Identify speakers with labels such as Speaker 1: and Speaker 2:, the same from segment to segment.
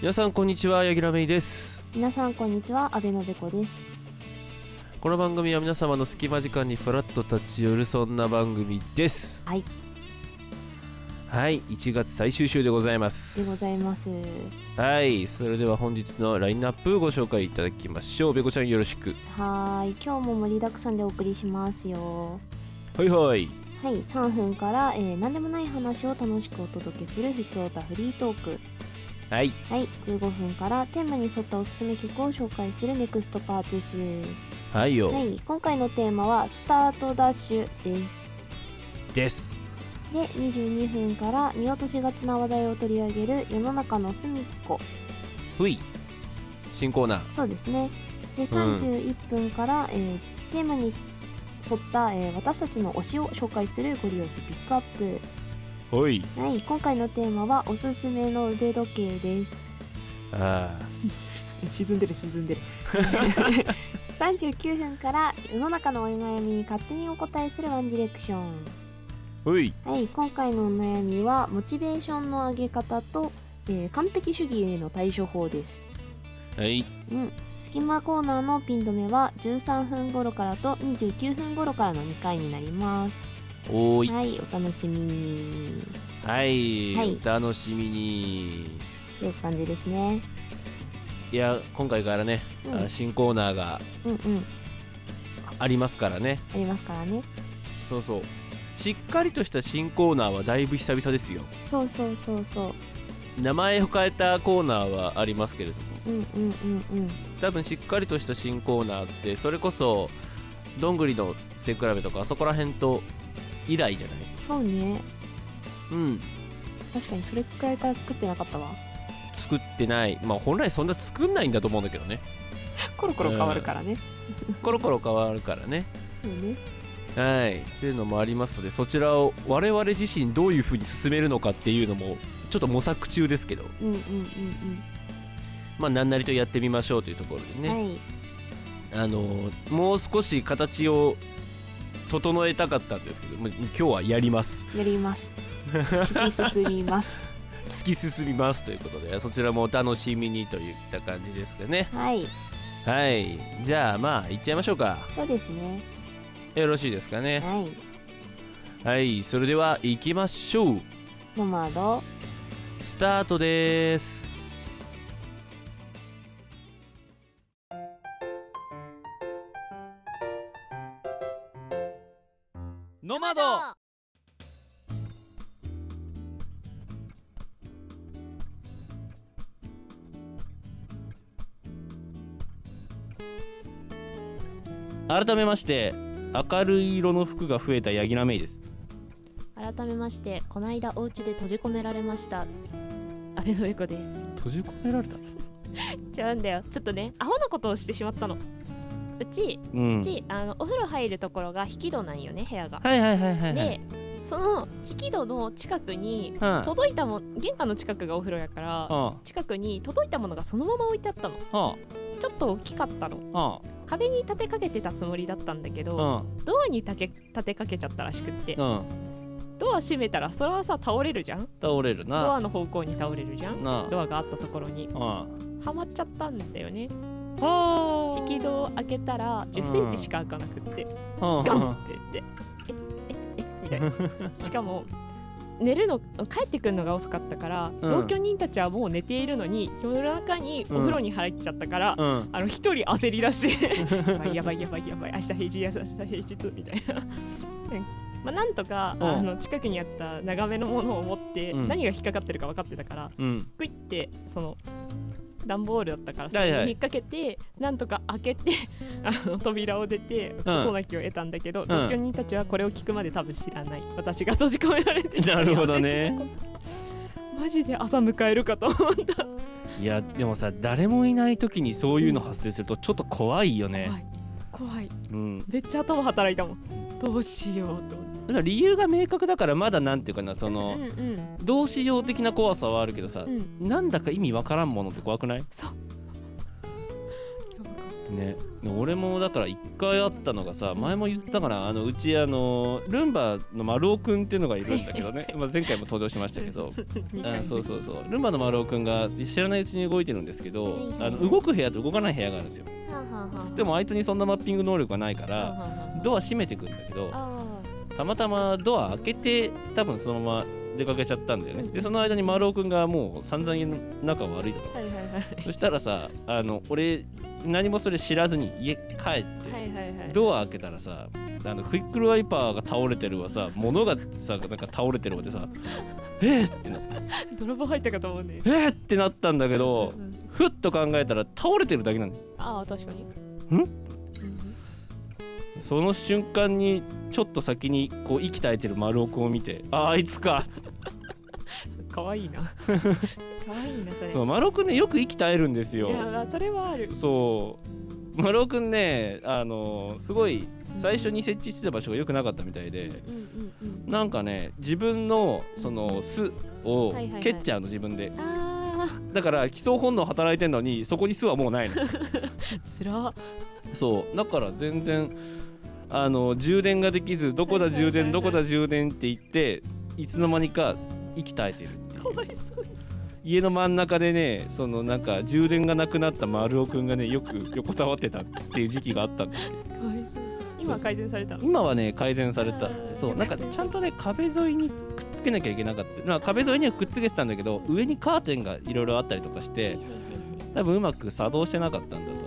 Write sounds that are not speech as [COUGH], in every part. Speaker 1: 皆さんこんにちはヤギラメイです
Speaker 2: 皆さんこんにちは阿部のべこです
Speaker 1: この番組は皆様の隙間時間にフラッと立ち寄るそんな番組です
Speaker 2: はい
Speaker 1: はい1月最終週でございま
Speaker 2: でご
Speaker 1: す
Speaker 2: ざいます
Speaker 1: はいそれでは本日のラインナップご紹介いただきましょうべこちゃんよろしく
Speaker 2: はーい今日も盛りだくさんでお送りしますよ
Speaker 1: はいはい
Speaker 2: はい3分から、えー、何でもない話を楽しくお届けするふつおたフリートーク
Speaker 1: はい
Speaker 2: はい15分からテーマに沿ったおすすめ曲を紹介するネクストパーティス
Speaker 1: はいよ、
Speaker 2: はい今回のテーマはスタートダッシュです
Speaker 1: です
Speaker 2: で22分から見落としがちな話題を取り上げる世の中の隅っこ
Speaker 1: ふい新コーナー
Speaker 2: そうですね。で、
Speaker 1: うん
Speaker 2: 31分から、えーテーマに沿った、えー私たちの推しを紹介するゴリ押しピックアップ。
Speaker 1: はい
Speaker 2: はい、今回のテーマはおすすめの腕時計です。
Speaker 1: あ
Speaker 2: [LAUGHS] 沈んでる沈 [LAUGHS] んでる。39分から世の中のお悩みに勝手にお答えするワンディレクション。
Speaker 1: ーふい
Speaker 2: はい、今回のお悩みはモチベーションの上げ方と、えー完璧主義への対処法です。
Speaker 1: はい
Speaker 2: うん、隙間コーナーのピン止めは13分頃からと29分頃からの2回になります。
Speaker 1: おーい
Speaker 2: はい、お楽しみに。
Speaker 1: はい、
Speaker 2: はい
Speaker 1: お楽しみに
Speaker 2: という感じですね。
Speaker 1: いや今回からね、
Speaker 2: うん
Speaker 1: あ新コーナーが
Speaker 2: うんうん、
Speaker 1: ありますからね
Speaker 2: ありますからね。
Speaker 1: そうそうしっかりとした新コーナーはだいぶ久々ですよ
Speaker 2: そうそうそうそ
Speaker 1: 名前を変えたコーナーはありますけれども
Speaker 2: う。うんうんうんうん。
Speaker 1: 多分しっかりとした新コーナーってそれこそどんぐりの背比べとかあそこら辺と以来じゃない
Speaker 2: そうね。
Speaker 1: うん
Speaker 2: 確かにそれくらいから作ってなかったわ。
Speaker 1: 作ってないまあ本来そんな作んないんだと思うんだけどね
Speaker 2: コロコ
Speaker 1: ロ変わるから
Speaker 2: ね。
Speaker 1: コロコロ変わるからね
Speaker 2: そうね。
Speaker 1: はいっていうのもありますのでそちらを我々自身どういうふうに進めるのかっていうのもちょっと模索中ですけど
Speaker 2: うんうんうん
Speaker 1: まあ何なりとやってみましょうというところ
Speaker 2: うん。
Speaker 1: でね、
Speaker 2: はい。
Speaker 1: あのもう少し形を整えたかったんですけどもう今日はやります
Speaker 2: やります。突き進み
Speaker 1: [LAUGHS]
Speaker 2: ます。
Speaker 1: 突き進みますということでそちらもお楽しみにといった感じですかね
Speaker 2: はい。
Speaker 1: はいじゃあまあ行っちゃいましょうか
Speaker 2: そうですね。
Speaker 1: よろしいですかね
Speaker 2: はい。
Speaker 1: はいそれでは行きましょう
Speaker 2: ノマド。
Speaker 1: スタートですノマド改めまして明るい色の服が増えたヤギラメイです
Speaker 3: 改めましてこの間お家で閉じ込められました阿部のエコです
Speaker 1: 閉じ込められた
Speaker 3: 違うんだよちょっとねアホなことをしてしまったのうち
Speaker 1: う
Speaker 3: うんちあのお風呂入るところが引き戸なんよね部屋が
Speaker 1: はいはいはいはいはい
Speaker 3: でその引き戸の近くに
Speaker 1: うん
Speaker 3: 届いたもん玄関の近くがお風呂やから
Speaker 1: うん
Speaker 3: 近くに届いたものがそのまま置いてあったの
Speaker 1: うん
Speaker 3: ちょっと大きかったの
Speaker 1: う
Speaker 3: 壁に立てかけてたつもりだったんだけ
Speaker 1: んう
Speaker 3: ど
Speaker 1: ん
Speaker 3: ドアに立て立てかけちゃったらしくって
Speaker 1: うん
Speaker 3: ドア閉めたらそれはさ倒れるじゃん
Speaker 1: 倒れる
Speaker 3: ド
Speaker 1: な
Speaker 3: アの方向に倒れるじゃん
Speaker 1: な
Speaker 3: ドアがあったところに
Speaker 1: うん
Speaker 3: はまっちゃったんだよね
Speaker 1: は
Speaker 3: 引き戸を開けたら1 0ンチしか開かなくって、
Speaker 1: うん
Speaker 3: ガンって言ってえええみたいなしかも寝るの帰ってくるのが遅かったから、同居人たちはもう寝ているのに夜中にお風呂に入っちゃったから、 [LAUGHS]
Speaker 1: うん
Speaker 3: あの一人焦り出して
Speaker 1: [LAUGHS]
Speaker 3: やばいやばいやばいやばい明日平日や明日平日みたいな。うんまあ、なんとか、
Speaker 1: うん
Speaker 3: あの近くにあった長めのものを持って、
Speaker 1: うん
Speaker 3: 何が引っかかってるか分かってたから
Speaker 1: うん
Speaker 3: クイってその段ボールだったからそ
Speaker 1: はいはい
Speaker 3: れに引っ掛けて、なんとか開けて [LAUGHS] あの扉を出て事なきを得たんだけど、同居人たちはこれを聞くまで多分知らない私が閉じ込められてた
Speaker 1: [LAUGHS] なるほどね
Speaker 3: [LAUGHS] マジで朝迎えるかと思った
Speaker 1: いやでもさ誰もいない時にそういうの発生するとちょっと怖いよね、
Speaker 3: 怖い怖い
Speaker 1: うん、だ
Speaker 3: めっちゃ頭働いたもんどうしようと思っ
Speaker 1: か
Speaker 3: て
Speaker 1: ら理由が明確だからまだなんていうかなその
Speaker 3: うんうん
Speaker 1: どうしよう的な怖さはあるけどさ
Speaker 3: う、ん
Speaker 1: なんだか意味わからんものって怖くない
Speaker 3: そうやばかっ
Speaker 1: ね、俺もだから一回あったのがさ前も言ったかなあのうちあのルンバの丸尾くんっていうのがいるんだけどねまあ前回も登場しましたけどあそうそうそうルンバの丸尾くんが知らないうちに動いてるんですけど
Speaker 2: はいはい
Speaker 1: あの動く部屋と動かない部屋があるんですよ
Speaker 2: はあはあはあ
Speaker 1: でもあいつにそんなマッピング能力がないから
Speaker 3: どう
Speaker 1: ドア閉めてくんだけど
Speaker 2: あ
Speaker 1: たまたまドア開けて多分そのまま出かけちゃったんだよねでその間に丸尾くんがもう散々中を歩いてたの
Speaker 3: はいはいはい
Speaker 1: そしたらさあの俺何もそれ知らずに家帰って、
Speaker 3: はいはいはい
Speaker 1: ドア開けたらさあのクイックルワイパーが倒れてるわさ物がさなんか倒れてるわでさえっってな
Speaker 3: 泥棒入ったかと思うね
Speaker 1: えっってなったんだけど
Speaker 3: うんうん
Speaker 1: ふっと考えたら倒れてるだけなんだ
Speaker 3: ああ確かに
Speaker 1: ん
Speaker 3: うん
Speaker 1: その瞬間にちょっと先にこう息絶えてる丸尾くんを見てああいつか
Speaker 3: かわいいなかわいいなそれ
Speaker 1: そう丸尾くんねよく息絶えるんですよ
Speaker 3: いやそれはある
Speaker 1: そう丸尾くんねあのすごい最初に設置してた場所が良くなかったみたいで
Speaker 3: うんうんうん
Speaker 1: なんかね自分のその巣を
Speaker 3: はいはいはい
Speaker 1: 蹴っちゃうの自分で
Speaker 3: あ
Speaker 1: だから基礎本能働いてんのにそこに巣はもうないの
Speaker 3: あつら
Speaker 1: そうだから全然あの充電ができずどこだ充電どこだ充電って言っていつの間にか息絶えてるっていう
Speaker 3: かわいそうに
Speaker 1: 家の真ん中でねそのなんか充電がなくなった丸尾くんがねよく横たわってたっていう時期があったんです
Speaker 3: かわいそう今は改善されたの
Speaker 1: 今はね改善された
Speaker 3: あー
Speaker 1: そうなんかちゃんとね壁沿いにくっつけなきゃいけなかった、まあ、壁沿いにはくっつけてたんだけど上にカーテンがいろいろあったりとかして多分うまく作動してなかったんだと思う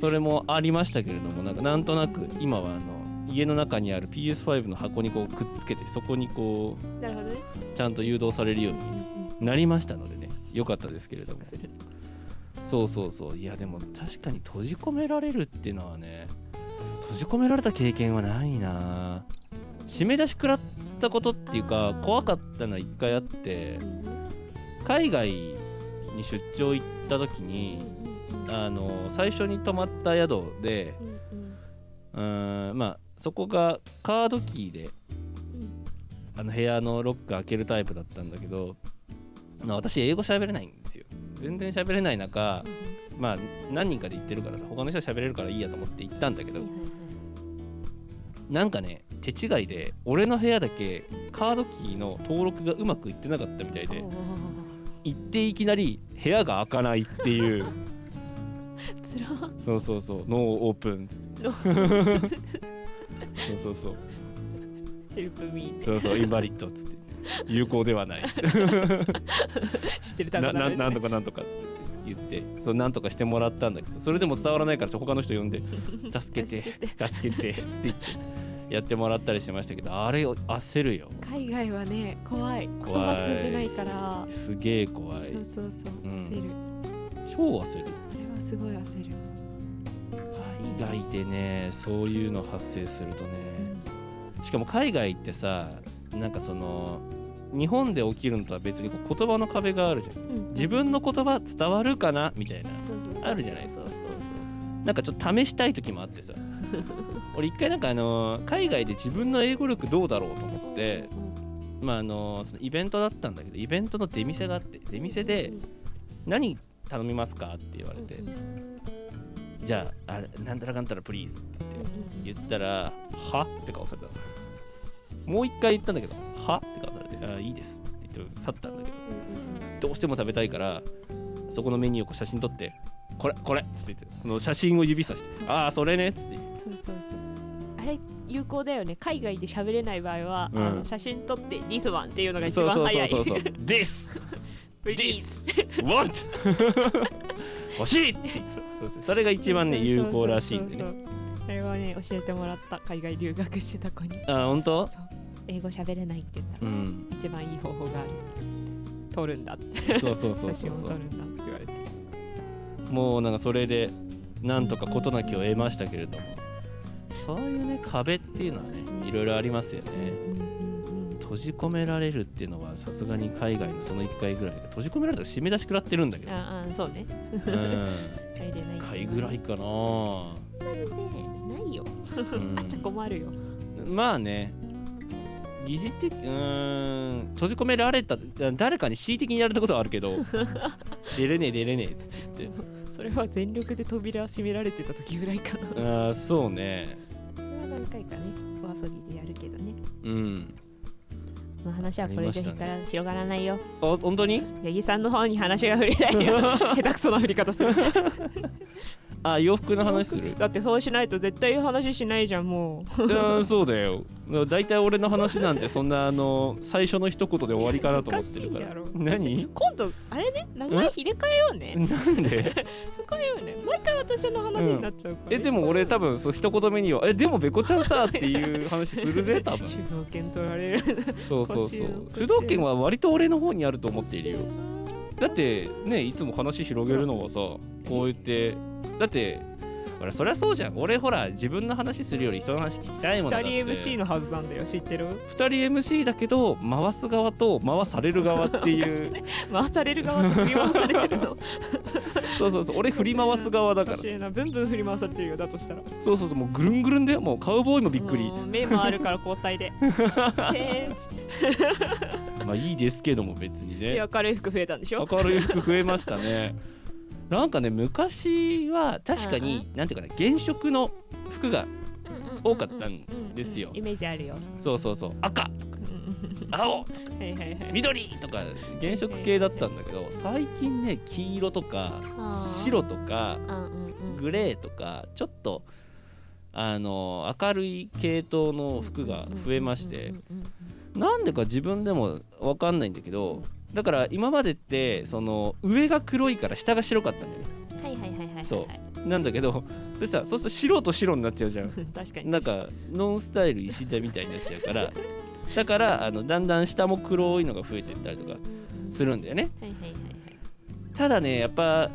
Speaker 1: それもありましたけれどもなんかなんとなく今はあの家の中にある PS5 の箱にこうくっつけてそこにこう
Speaker 3: なるほどね
Speaker 1: ちゃんと誘導されるようになりましたのでね良かったですけれども
Speaker 3: する
Speaker 1: そうそうそういやでも確かに閉じ込められるっていうのはね閉じ込められた経験はないな締め出し食らったことっていう
Speaker 3: あ
Speaker 1: か
Speaker 3: ー
Speaker 1: 怖かったのは一回あって海外に出張行った時にあの最初に泊まった宿でうーんまあそこがカードキーであの部屋のロック開けるタイプだったんだけど、まあ、私英語喋れないんですよ全然喋れない中まあ何人かで行ってるからさ他の人は喋れるからいいやと思って行ったんだけどなんかね手違いで俺の部屋だけカードキーの登録がうまくいってなかったみたいで行っていきなり部屋が開かないっていう
Speaker 3: つら
Speaker 1: そうそうそうノーオープン
Speaker 3: ノ
Speaker 1: [LAUGHS] そうそうそう
Speaker 3: ヘルプミー
Speaker 1: そうそうインバリットっつって有効ではない
Speaker 3: 知ってる
Speaker 1: な
Speaker 3: 単語
Speaker 1: な
Speaker 3: だ
Speaker 1: なん
Speaker 3: ね
Speaker 1: とかなんとかっつって言ってそうなんとかしてもらったんだけどそれでも伝わらないからちょ他の人呼 [LAUGHS] んで「
Speaker 3: [LAUGHS]
Speaker 1: 助けて助けて」つって言ってやってもらったりしましたけどあれ焦るよ
Speaker 3: 海外はね怖い言
Speaker 1: 怖い
Speaker 3: 葉通じないから
Speaker 1: すげえ怖い
Speaker 3: そうそうそう
Speaker 1: うん
Speaker 3: 焦る
Speaker 1: 超焦る
Speaker 3: あれはすごい焦る
Speaker 1: 海外でねそういうの発生するとねしかも海外ってさなんかその日本で起きるのとは別にこう言葉の壁があるじゃん自分の言葉伝わるかなみたいなあるじゃない
Speaker 3: そうそう
Speaker 1: なんかちょっと試したい時もあってさ俺一回なんかあのー海外で自分の英語力どうだろうと思って、まああのーそのイベントだったんだけどイベントの出店があって出店で「何頼みますか?」って言われて「じゃああれなんたらかんたらプリーズ」って言ったら「は?」って顔されたのもう一回言ったんだけど「は?」って顔されて「あいいです」って言って去ったんだけどどうしても食べたいからそこのメニューをこう写真撮って「これこれ」っつって言ってその写真を指さして「ああそれね」っつって。
Speaker 3: そうそうそうあれ有効だよね海外で喋れない場合は、
Speaker 1: うん
Speaker 3: あの写真撮って「This one」っていうのが一
Speaker 1: そう
Speaker 3: 番
Speaker 1: そうそ
Speaker 3: 早
Speaker 1: う
Speaker 3: い
Speaker 1: そうそう。This,
Speaker 3: [LAUGHS] Please
Speaker 1: this, want 欲しいって言ってたそうそうそれが一番ね有効らしいんでね
Speaker 3: そう。そうそうそれはね教えてもらった海外留学してた子に
Speaker 1: あ本当？
Speaker 3: 英語喋れないって言った
Speaker 1: う
Speaker 3: ら、
Speaker 1: ん。
Speaker 3: 一番いい方法がある撮るんだって
Speaker 1: そうそうそう
Speaker 3: 写
Speaker 1: そう
Speaker 3: 真を撮
Speaker 1: そ
Speaker 3: るんだって言われて
Speaker 1: う。もうなんかそれでなんとか事なきを得ましたけれども、そういうね壁っていうのはねいろいろありますよね。閉じ込められるっていうのはさすがに海外のその1回ぐらいで閉じ込められたら締め出し食らってるんだけど、
Speaker 3: ああそうね
Speaker 1: うん、
Speaker 3: 入れない
Speaker 1: 1回ぐらい
Speaker 3: [LAUGHS]
Speaker 1: かな。
Speaker 3: ないよ、
Speaker 1: ん
Speaker 3: あっちゃ困るよ
Speaker 1: まあね疑似的うーん閉じ込
Speaker 3: [LAUGHS]
Speaker 1: められた誰かに恣意的にやられたことはあるけど出れねえ出れねえっつって
Speaker 3: それは全力で扉閉められてた時ぐらいかな。
Speaker 1: あーそうね
Speaker 3: それは何回かね、お遊びでやるけどね。
Speaker 1: うん
Speaker 3: まあ、話はこれ以上広がら,、広がらないよ。
Speaker 1: あ本当に
Speaker 3: 八木さんの方に話が振りないよ。 [LAUGHS] 下手くそな振り方する。
Speaker 1: あ洋服の話する
Speaker 3: だってそうしないと絶対話しないじゃん、もう。
Speaker 1: うんそうだよだいたい俺の話なんてそんなあの最初の一言で終わりかなと思ってるから
Speaker 3: おかしいだろ
Speaker 1: 何
Speaker 3: 今度、あれね、名前入れ替えようね。
Speaker 1: なんで
Speaker 3: これよね毎回私の話になっちゃうから、
Speaker 1: えでも俺多分そう一言目には「えでもべこちゃんさ」っていう話するぜ多分
Speaker 3: 主導権取られる
Speaker 1: そうそう
Speaker 3: 腰
Speaker 1: そ
Speaker 3: を
Speaker 1: う
Speaker 3: 腰
Speaker 1: 主
Speaker 3: を
Speaker 1: 導権は割と俺の方にあると思っているよだってねいつも話広げるのはさこう言ってだって俺そりゃそうじゃん俺ほら自分の話するより人の話聞きたいもんだ
Speaker 3: 二
Speaker 1: って
Speaker 3: 人 MC のはずなんだよ知ってる
Speaker 1: 二人 MC だけど回す側と回される側ってい
Speaker 3: [LAUGHS] おかしく
Speaker 1: う
Speaker 3: [LAUGHS] 回される側に振り回さ
Speaker 1: [LAUGHS]
Speaker 3: れてるの
Speaker 1: そうそうそう俺振り回す側だから
Speaker 3: おしいなブンブン振り回されてるよだとしたら
Speaker 1: そうそうそうもうぐるんぐるんだよもうカウボーイもびっくり
Speaker 3: もう目もあるから交
Speaker 1: [LAUGHS]
Speaker 3: 代でせ
Speaker 1: まあいいですけども別にね
Speaker 3: ー明るい服増えたんでしょ
Speaker 1: 明るい服増えましたねなんかね昔は確かになんていうかな原色の服が多かったんですよ
Speaker 3: うんうんイメージあるよ、
Speaker 1: そうそうそう赤
Speaker 3: うん
Speaker 1: 青
Speaker 3: うんはいはいはい
Speaker 1: 緑とか原色系だったんだけど最近ね黄色とか白とか
Speaker 2: うんうん
Speaker 1: グレーとかちょっとあの明るい系統の服が増えましてなんでか自分でも分かんないんだけどだから今までってその上が黒いから下が白かったんだよね
Speaker 2: はいはいはいはいはい
Speaker 1: そうなんだけどそれさそうすると白と白になっちゃうじゃん
Speaker 3: 確かに
Speaker 1: なんかノンスタイル石田みたいになっちゃうからだからあのだんだん下も黒いのが増えてったりとかするんだよね
Speaker 2: はいはいはい
Speaker 1: ただねやっぱ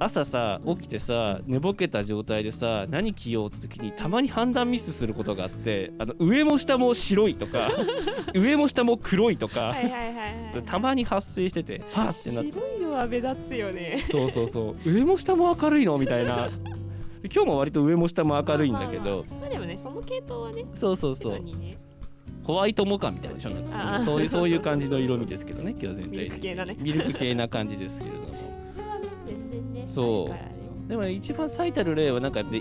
Speaker 1: 朝さ起きてさ寝ぼけた状態でさ何着ようって時にたまに判断ミスすることがあってあの上も下も白いと
Speaker 3: [LAUGHS]
Speaker 1: か上も下も黒いとか
Speaker 3: はいはいはいはい
Speaker 1: たまに発生しててはっってなって
Speaker 3: 白いのは目立つよね
Speaker 1: そうそうそう上も下も明るいのみたいな今日も割と上も下も明るいんだけど
Speaker 3: まあでもねその系統はね
Speaker 1: そうそうそ
Speaker 3: 白
Speaker 1: う
Speaker 3: にね
Speaker 1: ホワイトモカみたいなでしょなんか
Speaker 3: あー
Speaker 1: そういうそういう感じの色味ですけどね今日全
Speaker 3: ミル
Speaker 1: 体
Speaker 3: ク
Speaker 1: 的に
Speaker 3: 系だね
Speaker 1: ミルク系な感じですけれども
Speaker 3: 全然ね
Speaker 1: そう
Speaker 3: あるからね
Speaker 1: でも一番最たる例はなんかで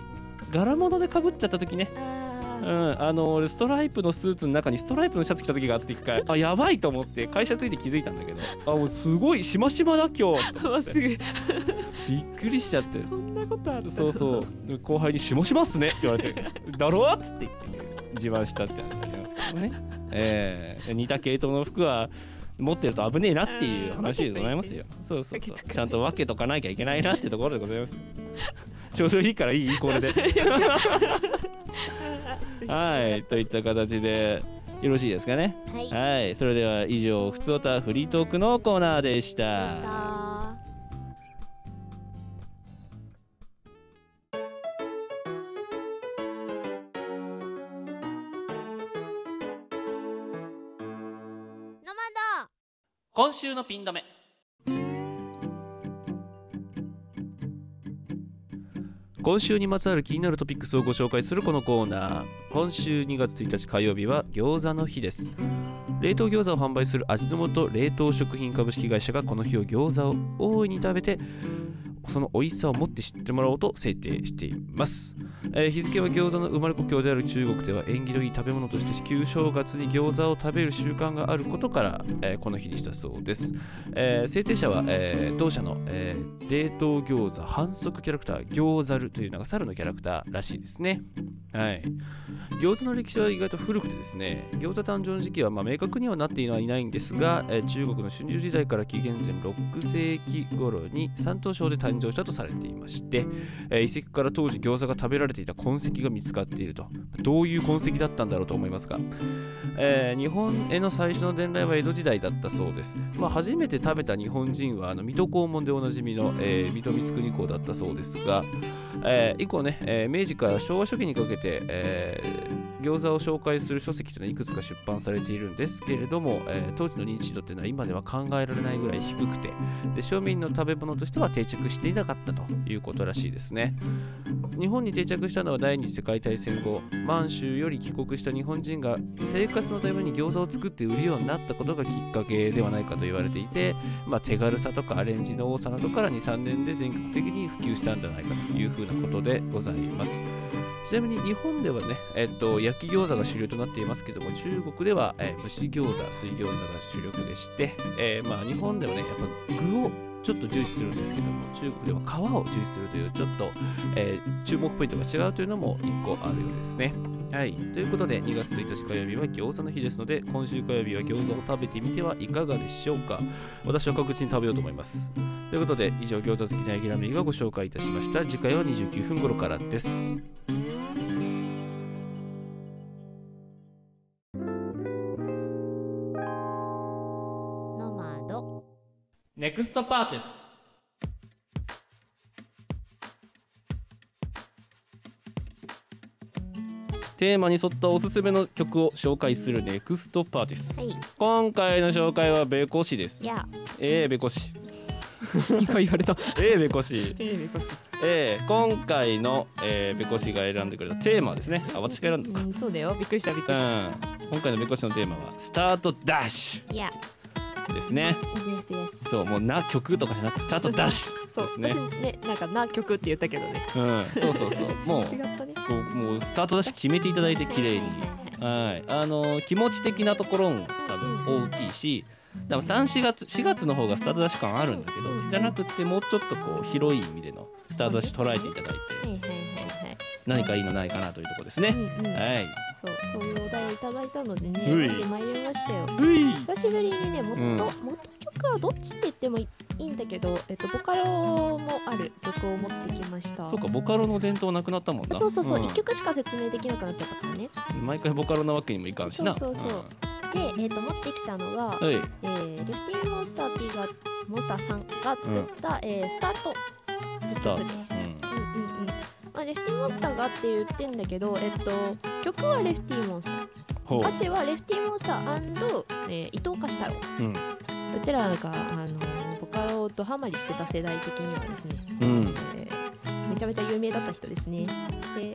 Speaker 1: 柄物でかぶっちゃった時ね
Speaker 2: あ
Speaker 1: う
Speaker 4: [LAUGHS]
Speaker 2: ー
Speaker 1: ん、あの俺ストライプのスーツの中にストライプのシャツ着た時があって一回あやばいと思って会社ついて気づいたんだけどあもうすごいしましまだ今日と
Speaker 3: ま
Speaker 1: 思
Speaker 3: っ
Speaker 1: って
Speaker 3: すぐ
Speaker 1: びっくりしちゃって
Speaker 3: そんなことあった
Speaker 1: そう
Speaker 4: [LAUGHS]
Speaker 1: そう後輩に「しもしますね」って言われて「だろ?」っつって言って自慢したって話ありますけどね、ええ似た系統の服は持ってると危ねえなっていう話でございますよそうそうそうちゃんと分けとかなきゃいけないなってところでございます [LAUGHS] ちょうどいいからいいこれで
Speaker 2: [LAUGHS]
Speaker 1: はいといった形でよろしいですかね
Speaker 2: はいで
Speaker 1: はいそれでは以上「ふつおたフリートーク」のコーナーでし
Speaker 2: した
Speaker 1: た
Speaker 2: は
Speaker 1: 今週のピン止め
Speaker 5: 今週にまつわる気になるトピックスをご紹介するこのコーナー今週2月1日火曜日は餃子の日です冷凍餃子を販売する味の素冷凍食品株式会社がこの日を餃子を大いに食べてその美味しさをもって知ってもらおうと制定しています、えー日付は餃子の生まれ故郷である中国では縁起のいい食べ物として旧正月に餃子を食べる習慣があることから、えーこの日にしたそうですえー制定者は、えー同社の、えー冷凍餃子反則キャラクター餃ザルというなんか猿のキャラクターらしいですね。はい、餃子の歴史は意外と古くてですね餃子誕生の時期はまあ明確にはなっていないないんですが、えー中国の春秋時代から紀元前6世紀頃に山東省で誕生したとされていまして、えー遺跡から当時餃子が食べられていた痕跡が見つかっているとどういう痕跡だったんだろうと思いますがえー日本への最初の伝来は江戸時代だったそうです、まあ、初めて食べた日本人はあの水戸黄門でおなじみの、えー水戸光圀公だったそうですが、えー以降ね、えー明治から昭和初期にかけて、えー
Speaker 6: 餃子を紹介する書籍というのはいくつか出版されているんですけれども、えー当時の認知度というのは今では考えられないぐらい低くてで庶民の食べ物としては定着していなかったということらしいですね日本に定着したのは第二次世界大戦後満州より帰国した日本人が生活のために餃子を作って売るようになったことがきっかけではないかと言われていて、まあ、手軽さとかアレンジの多さなどから23年で全国的に普及したんじゃないかというふうなことでございますちなみに日本ではね、えっと、焼き餃子が主流となっていますけども中国では、えー蒸し餃子水餃子が主力でして、えーまあ、日本ではねやっぱ具をちょっと重視するんですけども中国では皮を重視するというちょっと、えー注目ポイントが違うというのも1個あるようですねはい、ということで2月1日火曜日は餃子の日ですので今週火曜日は餃子を食べてみてはいかがでしょうか私は確実に食べようと思いますということで以上餃子好きなヤギラメイがご紹介いたしました次回は29分頃からです
Speaker 3: ノマド
Speaker 1: ネクストパーチェステーマに沿ったおすすめの曲を紹介するネクストパーチェス
Speaker 3: はい
Speaker 1: 今回の紹介はベコシです
Speaker 3: や
Speaker 1: えー、ベコシ
Speaker 4: 2回言われた。
Speaker 1: えー、ベコシ
Speaker 4: ええこそ
Speaker 1: えー、今回の、えー、ベコシが選んでくれたテーマはですねあ私が選んだのか
Speaker 4: うん、そうだよ。びっくりした、びっく
Speaker 1: う
Speaker 4: りし
Speaker 1: ん今回のベコシのテーマはスタートダッシ
Speaker 3: いや
Speaker 1: ュですね
Speaker 3: ですです
Speaker 1: そうもうな曲とかじゃなくてスタートダッシ
Speaker 4: た。そう、
Speaker 1: です
Speaker 4: 私
Speaker 1: ね
Speaker 4: ね、なんかな曲って言ったけどね。
Speaker 1: ュうんそうそうそうもう
Speaker 4: 違ったね。
Speaker 1: こうもうスタートダッシュ決めていただいて綺麗にはいあのー気持ち的なところも多分大きいし多分34月4月の方がスタートダッシュ感あるんだけどじゃなくてもうちょっとこう広い意味でのスタートダッシュ捉えていただい
Speaker 3: はい
Speaker 1: て
Speaker 3: はいはい
Speaker 1: 何かいいのないかなというところで
Speaker 4: [LAUGHS]
Speaker 1: す
Speaker 3: はい
Speaker 1: ね
Speaker 3: うんうん
Speaker 1: はい
Speaker 3: そうそういうお題をいただいたのでね
Speaker 1: うい
Speaker 3: 読んでまいりましたよ
Speaker 1: うい
Speaker 3: 久しぶりにね元,、
Speaker 1: うん
Speaker 3: 元曲はどっちって言ってもいいんだけど、えっと、ボカロもある曲を持ってきました
Speaker 1: そうかボカロの伝統なくなったもんな
Speaker 3: そうそうそう、
Speaker 1: ん
Speaker 3: 一1曲しか説明できなくなっちゃったからね
Speaker 1: 毎回ボカロなわけにもいかんしな
Speaker 3: そうそうそうで、えっと持ってきたのが、
Speaker 1: うんはい
Speaker 3: えー、ルフティモンスターっていうがモンスターさんが作った、えースタート
Speaker 1: スタート
Speaker 3: 曲ですうんうんうんまあ、レフティモンスターがって言ってんだけど、えっと、曲はレフティモンスタ
Speaker 1: ほ
Speaker 3: ー
Speaker 1: う
Speaker 3: 歌詞はレフティモンスター、えー、伊藤菓子太郎
Speaker 1: うん
Speaker 3: うちらがあのボカロをドハマりしてた世代的にはですね、
Speaker 1: うんうん
Speaker 3: えーめちゃめちゃ有名だった人ですね。で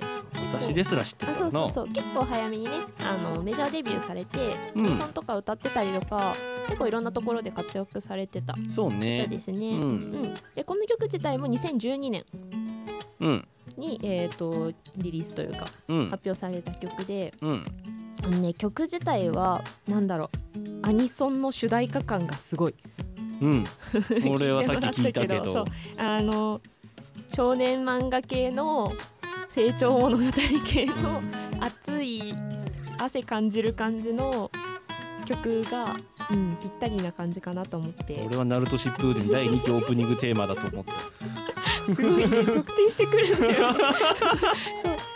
Speaker 1: 私ですら知って
Speaker 3: あ
Speaker 1: るか
Speaker 3: そ
Speaker 1: ら
Speaker 3: うそ
Speaker 1: な
Speaker 3: うそう結構早めにねあのメジャーデビューされて、
Speaker 1: うん
Speaker 3: ソンとか歌ってたりとか結構いろんなところで活躍されてた
Speaker 1: そう
Speaker 3: 人
Speaker 1: ね
Speaker 3: です
Speaker 1: う
Speaker 3: ね。うん
Speaker 1: ん
Speaker 3: でこの曲自体も2012年
Speaker 1: うん
Speaker 3: に、えー、とリリースというか
Speaker 1: うん
Speaker 3: 発表された曲で、
Speaker 1: うん
Speaker 3: あのね、曲自体はなんだろうアニソンの主題歌感がすごい。 [LAUGHS]
Speaker 1: うん、俺はさっき聞い
Speaker 4: 聞
Speaker 1: たけ
Speaker 4: いてもら
Speaker 1: ど
Speaker 4: っ、あの少年漫画系の成長物語系の熱い汗感じる感じの曲が、うん、ぴったりな感じかなと思って
Speaker 1: 俺はナルト疾風伝第2期オープニングテーマだと思った。
Speaker 4: すごいね特定してくる
Speaker 1: [LAUGHS]
Speaker 4: んだよそう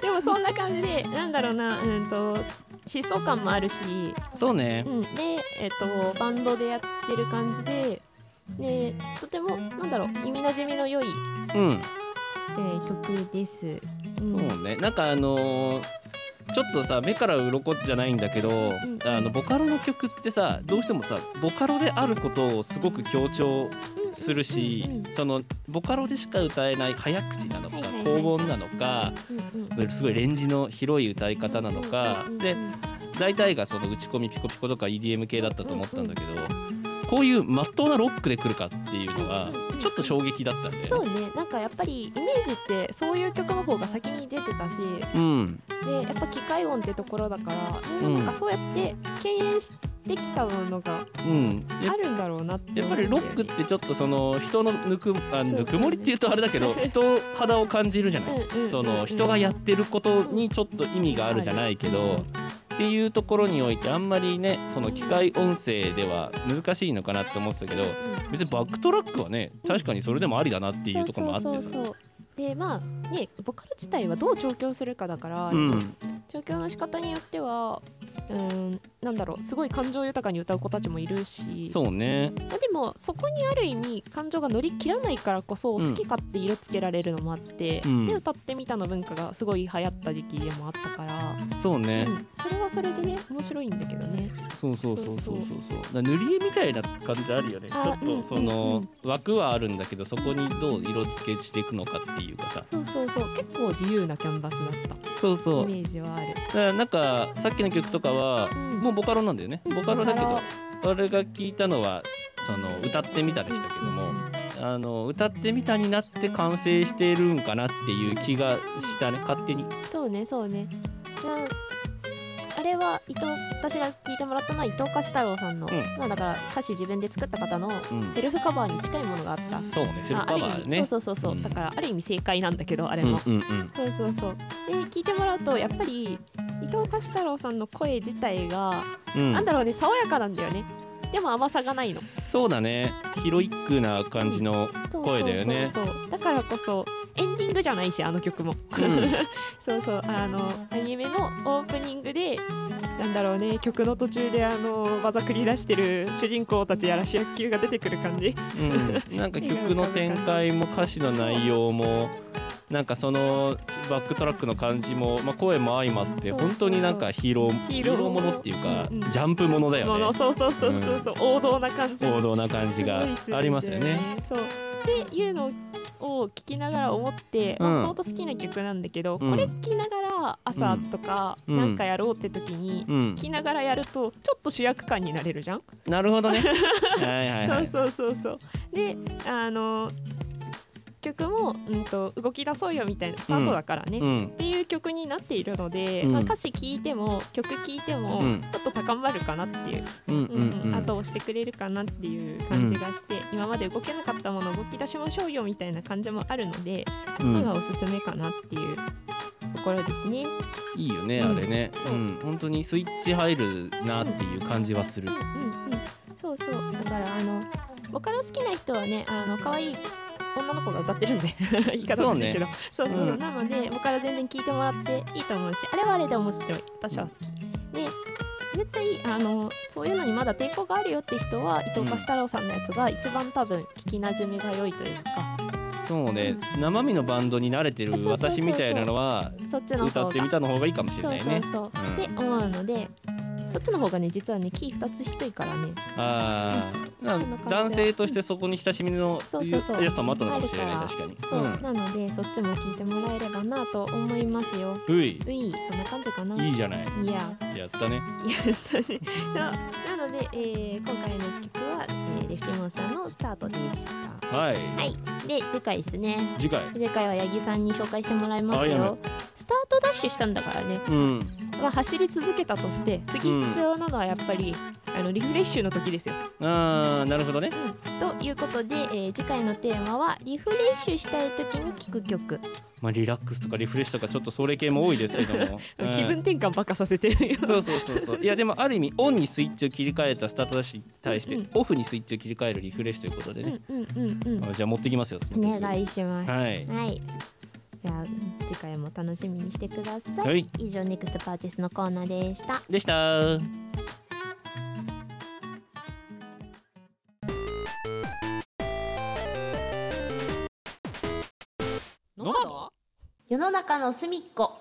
Speaker 4: でもそんな感じでなんだろうなうんと疾走感もあるし、
Speaker 1: そうね
Speaker 3: う。ん、で、えっとバンドでやってる感じででとてもなんだろう耳なじみの良い、
Speaker 1: うん、
Speaker 3: えー曲です。うん
Speaker 1: そうね。なんかあのーちょっとさ目から鱗じゃないんだけど、あのボカロの曲ってさどうしてもさボカロであることをすごく強調するし、
Speaker 3: うんうんうん
Speaker 1: そのボカロでしか歌えない早口なのか、
Speaker 3: はいはいはい
Speaker 1: 高音なのか、
Speaker 3: うんうん
Speaker 1: すごいレンジの広い歌い方なのか、
Speaker 3: うんうんうん
Speaker 1: で大体がその打ち込みピコピコとか EDM 系だったと思ったんだけど、こういうまっとうなロックで来るかっていうのは
Speaker 3: うんうん
Speaker 1: ちょっと衝撃だったんだよね。
Speaker 3: そうねなんかやっぱりイメージってそういう曲の方が先に出てたし
Speaker 1: うん、
Speaker 3: でやっぱ機械音ってところだからみんななんかそうやって敬遠してきたのが
Speaker 1: うん、や
Speaker 4: あるんだろうなって
Speaker 1: やっぱりロックってちょっとその人のぬくあ
Speaker 3: そう
Speaker 1: ぬくもりっていうとあれだけど人肌を感じるじゃない、その人がやってることにちょっと意味があるじゃないけど、っていうところにおいてあんまりねその機械音声では難しいのかなって思ってたけど別にバックトラックはね確かにそれでもありだなっていうところもあって
Speaker 3: そ
Speaker 1: さ
Speaker 3: うそうそうそうでまあねボカロ自体はどう調教するかだから、
Speaker 1: うん
Speaker 3: 調教の仕方によってはうんなんだろうすごい感情豊かに歌う子たちもいるし
Speaker 1: そうね
Speaker 3: まあでもそこにある意味感情が乗り切らないからこそ
Speaker 1: う
Speaker 3: 好
Speaker 1: ん
Speaker 3: き勝手色つけられるのもあって、
Speaker 1: うん
Speaker 3: で歌ってみたの文化がすごい流行った時期でもあったから、
Speaker 1: そうね、
Speaker 3: うんそれはそれでね面白いんだけどね
Speaker 1: そうそうそうそうそう
Speaker 3: そ
Speaker 1: そうだから塗り絵みたいな感じあるよねち
Speaker 3: あ
Speaker 1: ょっ
Speaker 3: うんう
Speaker 1: と
Speaker 3: ん
Speaker 1: その、枠はあるんだけどそこにどう色付けしていくのかっていうかさ
Speaker 3: そうそうそう結構自由なキャンバスだった
Speaker 1: そうそ
Speaker 3: イ
Speaker 1: う
Speaker 3: メージはある、
Speaker 1: だからなんかさっきの曲とかは
Speaker 3: うん
Speaker 1: もうボカロなんだよねボカロだけ
Speaker 3: ボカ
Speaker 1: ど俺が聞いたのはその歌ってみたでしたけどもあの歌ってみたになって完成しているんかなっていう気がしたね勝手に
Speaker 3: そうねそうねなんあれは伊藤私が聞いてもらったのは伊藤貸太郎さんの、
Speaker 1: ん
Speaker 3: まあだから歌詞自分で作った方の
Speaker 1: うん
Speaker 3: セルフカバーに近いものがあった、
Speaker 1: そうねセル
Speaker 3: ま
Speaker 1: フ
Speaker 3: あ
Speaker 1: カ
Speaker 3: ある意
Speaker 1: バ
Speaker 3: 味
Speaker 1: ーね
Speaker 3: そうそうそうそう、
Speaker 1: うん
Speaker 3: だからある意味正解なんだけどあれ
Speaker 1: うん
Speaker 3: も、
Speaker 1: うんうん
Speaker 3: そうそうそうで聞いてもらうとやっぱり伊藤貸太郎さんの声自体が、
Speaker 1: うん
Speaker 3: なんだろうね爽やかなんだよねでも甘さがないの
Speaker 1: そうだねヒロイックな感じの
Speaker 3: そう
Speaker 1: 声だよね
Speaker 3: そうそうそうだからこそエンディングじゃないしあの曲も、
Speaker 1: ん
Speaker 3: そうそうあのアニメのオープニングでなんだろうね曲の途中であの技繰り出してる主人公たちやら主役級が出てくる感じ
Speaker 1: うん、なんか曲の展開も歌詞の内容もなんかそのバックトラックの感じも、まあ、声も相まって
Speaker 3: そうそう
Speaker 1: 本当になんかヒーロー
Speaker 3: ヒ
Speaker 1: ヒ
Speaker 3: ー
Speaker 1: ー
Speaker 3: ロー
Speaker 1: ローものっていうか、
Speaker 3: うんうん
Speaker 1: ジャンプものだよ
Speaker 3: も
Speaker 1: ね
Speaker 3: のそうそうそうそうそう、王道な感じ
Speaker 1: 王道な感じがありますよね。
Speaker 3: そうっていうのを聞きながら思って
Speaker 1: うん
Speaker 3: もともと好きな曲なんだけど、
Speaker 1: うん
Speaker 3: これ聞きながら朝とか
Speaker 1: うん
Speaker 3: なんかやろうって時に、
Speaker 1: うん
Speaker 3: 聞、きながらやるとちょっと主役感になれるじゃん、
Speaker 1: なるほどね。
Speaker 3: [LAUGHS]
Speaker 1: はいはいはい。
Speaker 3: そうそうそうそうであの曲も、うん、と動き出そうよみたいなスタートだからね、
Speaker 1: う
Speaker 3: っ
Speaker 1: ん、
Speaker 3: ていう曲になっているので、
Speaker 1: うん
Speaker 3: まあ、歌詞聞いても曲聞いても、
Speaker 1: うん
Speaker 3: ちょっと高まるかなっていう
Speaker 1: うん、
Speaker 3: う
Speaker 1: うんん、うん。
Speaker 3: 後をしてくれるかなっていう感じがして、今まで動けなかったものを動き出しましょうよみたいな感じもあるので、
Speaker 1: うん
Speaker 3: 今がおすすめかなっていうところですね。
Speaker 1: いいよね、
Speaker 3: うん
Speaker 1: あれね。
Speaker 3: そ
Speaker 1: う
Speaker 3: う
Speaker 1: ん、本当にスイッチ入るなっていう感じはする
Speaker 3: うん。うんうん、そうそうだからあのボカロ好きな人はねあの可愛い女の子が歌ってるんで [LAUGHS] 言い方おかしいけどそう,、そう
Speaker 1: うん
Speaker 3: なのでボカロ全然聞いてもらっていいと思うしあれはあれで面白い私は好き。で絶対あのそういうのにまだ抵抗があるよって人は伊藤貸太郎さんのやつが一番多分聞きなじみが良いというか
Speaker 1: そうね、生身のバンドに慣れてる
Speaker 3: そうそうそうそう
Speaker 1: 私みたいなのは
Speaker 3: そっちの
Speaker 1: 歌
Speaker 3: 方
Speaker 1: ってみ
Speaker 3: が
Speaker 1: たの方がいいかもしれ
Speaker 3: そ
Speaker 1: な
Speaker 3: う
Speaker 1: い
Speaker 3: そう
Speaker 1: ね。
Speaker 3: そ
Speaker 1: う
Speaker 3: う
Speaker 1: ん
Speaker 3: って思うのでそっちの方がね実はねキー2つ低いからね
Speaker 1: ああ、な
Speaker 3: そんな感じ
Speaker 1: 男性としてそこに親しみの
Speaker 3: そうそうそう
Speaker 1: やさもあったのかもしれない
Speaker 3: ある
Speaker 1: 確かに。
Speaker 3: そう、なのでそっちも聞いてもらえればなと思いますよ。
Speaker 1: うん。うい、
Speaker 3: うい、そんな感じかな。
Speaker 1: い
Speaker 3: い
Speaker 1: いじゃない。
Speaker 3: や、
Speaker 1: やったね。
Speaker 3: いや、私、そう、なので、えー今回の曲は、えーレフティモンさんのスタートでした。
Speaker 1: はい。
Speaker 3: はい、で、次回ですね。
Speaker 1: 次回。
Speaker 3: 次回は八木さんに紹介してもらいま
Speaker 1: あ
Speaker 3: す
Speaker 1: や
Speaker 3: よ。スタートダッシュしたんだからね、
Speaker 1: うん。
Speaker 3: まあ、走り続けたとして、次
Speaker 1: うん
Speaker 3: 必要なのはやっぱり、あのリフレッシュの時ですよ。
Speaker 1: ああ、なるほどね。
Speaker 3: ということで、えー次回のテーマはリフレッシュしたい時に聴く曲。
Speaker 1: まあリラックスとかリフレッシュとかちょっとそれ系も多いですけ
Speaker 3: [LAUGHS]
Speaker 1: ども。うん
Speaker 3: 気分転換ばっかさせてるよ。
Speaker 1: そうそうそうそういやでもある意味オンにスイッチを切り替えたスタートダッシュに対して
Speaker 3: うんうん
Speaker 1: オフにスイッチを切り替えるリフレッシュということで
Speaker 3: う
Speaker 1: ね、
Speaker 3: んうんうん
Speaker 1: あじゃあ持ってきますよそ
Speaker 3: うん。
Speaker 1: の
Speaker 3: お
Speaker 1: 曲
Speaker 3: 願いします。
Speaker 1: はい
Speaker 3: じゃあ次回も楽しみにしてください。
Speaker 1: はい
Speaker 3: 以上ネクストパーティスのコーナーでした。
Speaker 1: でした
Speaker 3: ノ
Speaker 2: 世の中の隅っこ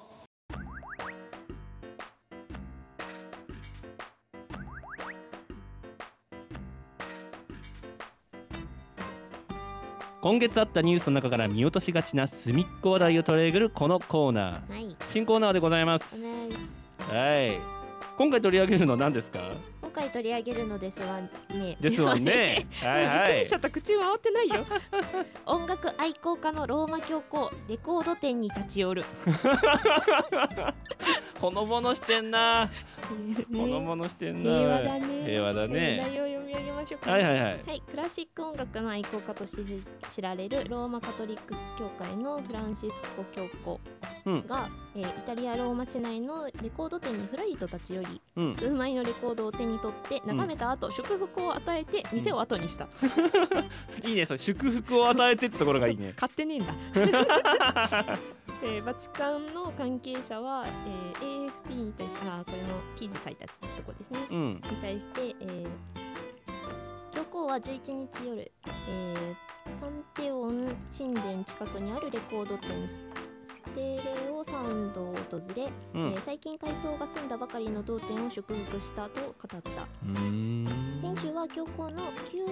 Speaker 1: 今月あったニュースの中から見落としがちな隅っこ話題を取り上げるこのコーナー
Speaker 3: はい。
Speaker 1: 新コーナーでございます
Speaker 3: お願いします
Speaker 1: はい今回取り上げるのは何ですか
Speaker 3: 今回取り上げるのですわね。
Speaker 1: ですもん
Speaker 3: [LAUGHS]
Speaker 1: ねはい
Speaker 3: びっ
Speaker 1: は
Speaker 3: くり
Speaker 1: い
Speaker 3: しちゃった口回ってないよ [LAUGHS] 音楽愛好家のローマ教皇レコード店に立ち寄る
Speaker 1: ほのぼのしてんなほのぼのしてんな
Speaker 3: 平和だね
Speaker 1: 平和だね
Speaker 3: 内容を読み上げましょうか
Speaker 1: はいはいはい
Speaker 3: はい、クラシック音楽の愛好家として知られるローマカトリック教会のフランシスコ教皇
Speaker 1: うん
Speaker 3: が、えーイタリア・ローマ市内のレコード店にふらりと立ち寄り
Speaker 1: うん
Speaker 3: 数枚のレコードを手に取って眺めた後、祝福を与えて店を後にした、
Speaker 1: いいねそれ祝福を与えてってところがいいね
Speaker 3: [LAUGHS] 買ってねえんだえーバチカンの関係者は、えー AFP に対してあーこれの記事書いたとこですね
Speaker 5: うん
Speaker 3: に対して、えー、教皇は11日夜、えーパンテオン神殿近くにあるレコード店ステレオサウンドを訪れ、
Speaker 5: う
Speaker 3: え
Speaker 5: ん
Speaker 3: ー最近改装が済んだばかりの同店を祝福したと語った
Speaker 5: うん
Speaker 3: 店主は教皇の旧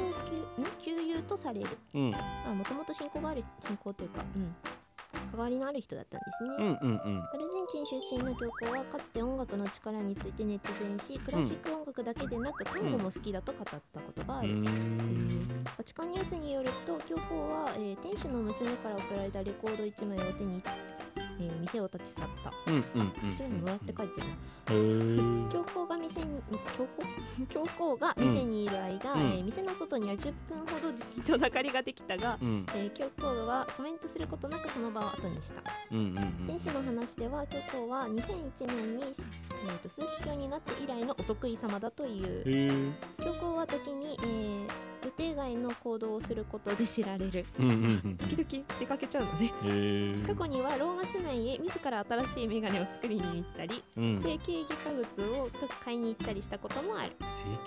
Speaker 3: 旧ん旧友とされる
Speaker 5: うん
Speaker 3: もともと信仰がある信仰というか、うん、関わりのある人だったんですね、
Speaker 5: うんうん
Speaker 3: アルゼンチン出身の教皇はかつて音楽の力について熱弁しクラシック音楽だけでなく単語も好きだと語ったことがあ
Speaker 5: う
Speaker 3: る、
Speaker 5: ん
Speaker 3: バチカンニュースによると教皇は、えー店主の娘から送られたレコード1枚を手に、えー店を立ち去った
Speaker 5: うんうんうん
Speaker 3: 1枚もらって
Speaker 5: へ
Speaker 3: 書いてる
Speaker 5: え
Speaker 3: 教皇が店に教皇教皇が店にいる間、
Speaker 5: うん
Speaker 3: えー店の外には10分ほど人だかりができたが、
Speaker 5: うん
Speaker 3: えー教皇はコメントすることなくその場を後にした
Speaker 5: うんうんうん
Speaker 3: 選手の話では教皇は2001年に、えー、と枢機卿になって以来のお得意様だという
Speaker 5: へえ
Speaker 3: 教皇は時に、えー予定外の行動をすることで知られる
Speaker 5: うんうん
Speaker 3: 時々出かけちゃうのね
Speaker 5: うんへえ
Speaker 3: 過去にはローマ市内へ自ら新しいメガネを作りに行ったり
Speaker 5: うん
Speaker 3: 整形外科靴を買いに行ったりしたこともある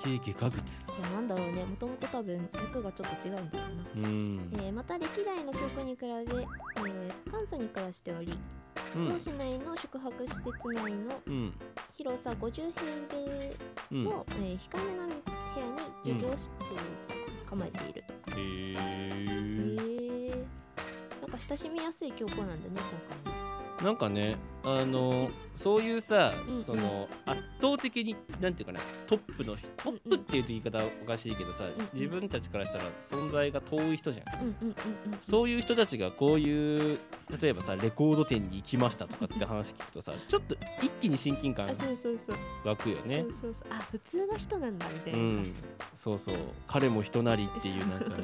Speaker 5: 整形外科靴
Speaker 3: いやなんだろうねもともと多分役がちょっと違うんだろうな
Speaker 5: うん
Speaker 3: えーまた歴代の教皇に比べ、えー簡素に暮らしており、
Speaker 5: うん
Speaker 3: 同市内の宿泊施設内の
Speaker 5: うん
Speaker 3: 広さ50平
Speaker 5: う
Speaker 3: 米
Speaker 5: ん
Speaker 3: の、えー控えめな部屋に除業して構えていると、
Speaker 5: へえ
Speaker 3: へえなんか親しみやすい教皇なんだね今
Speaker 1: なんかねあのそういうさ、
Speaker 3: うん
Speaker 1: その圧倒的になんていうかなトップの人トップっていう言い方はおかしいけどさ、
Speaker 3: ん
Speaker 1: 自分たちからしたら存在が遠い人じゃん
Speaker 3: 回うんうんうんうん
Speaker 1: そういう人たちがこういう例えばさレコード店に行きましたとかって話聞くとさちょっと一気に親近
Speaker 3: あ
Speaker 1: 感
Speaker 3: そうそうそう、
Speaker 1: 湧くよね
Speaker 3: そうそうそうあ普通の人なんだみたいうな、 [LAUGHS]
Speaker 1: んそうそう彼も人なりっていうなんかね、
Speaker 3: そう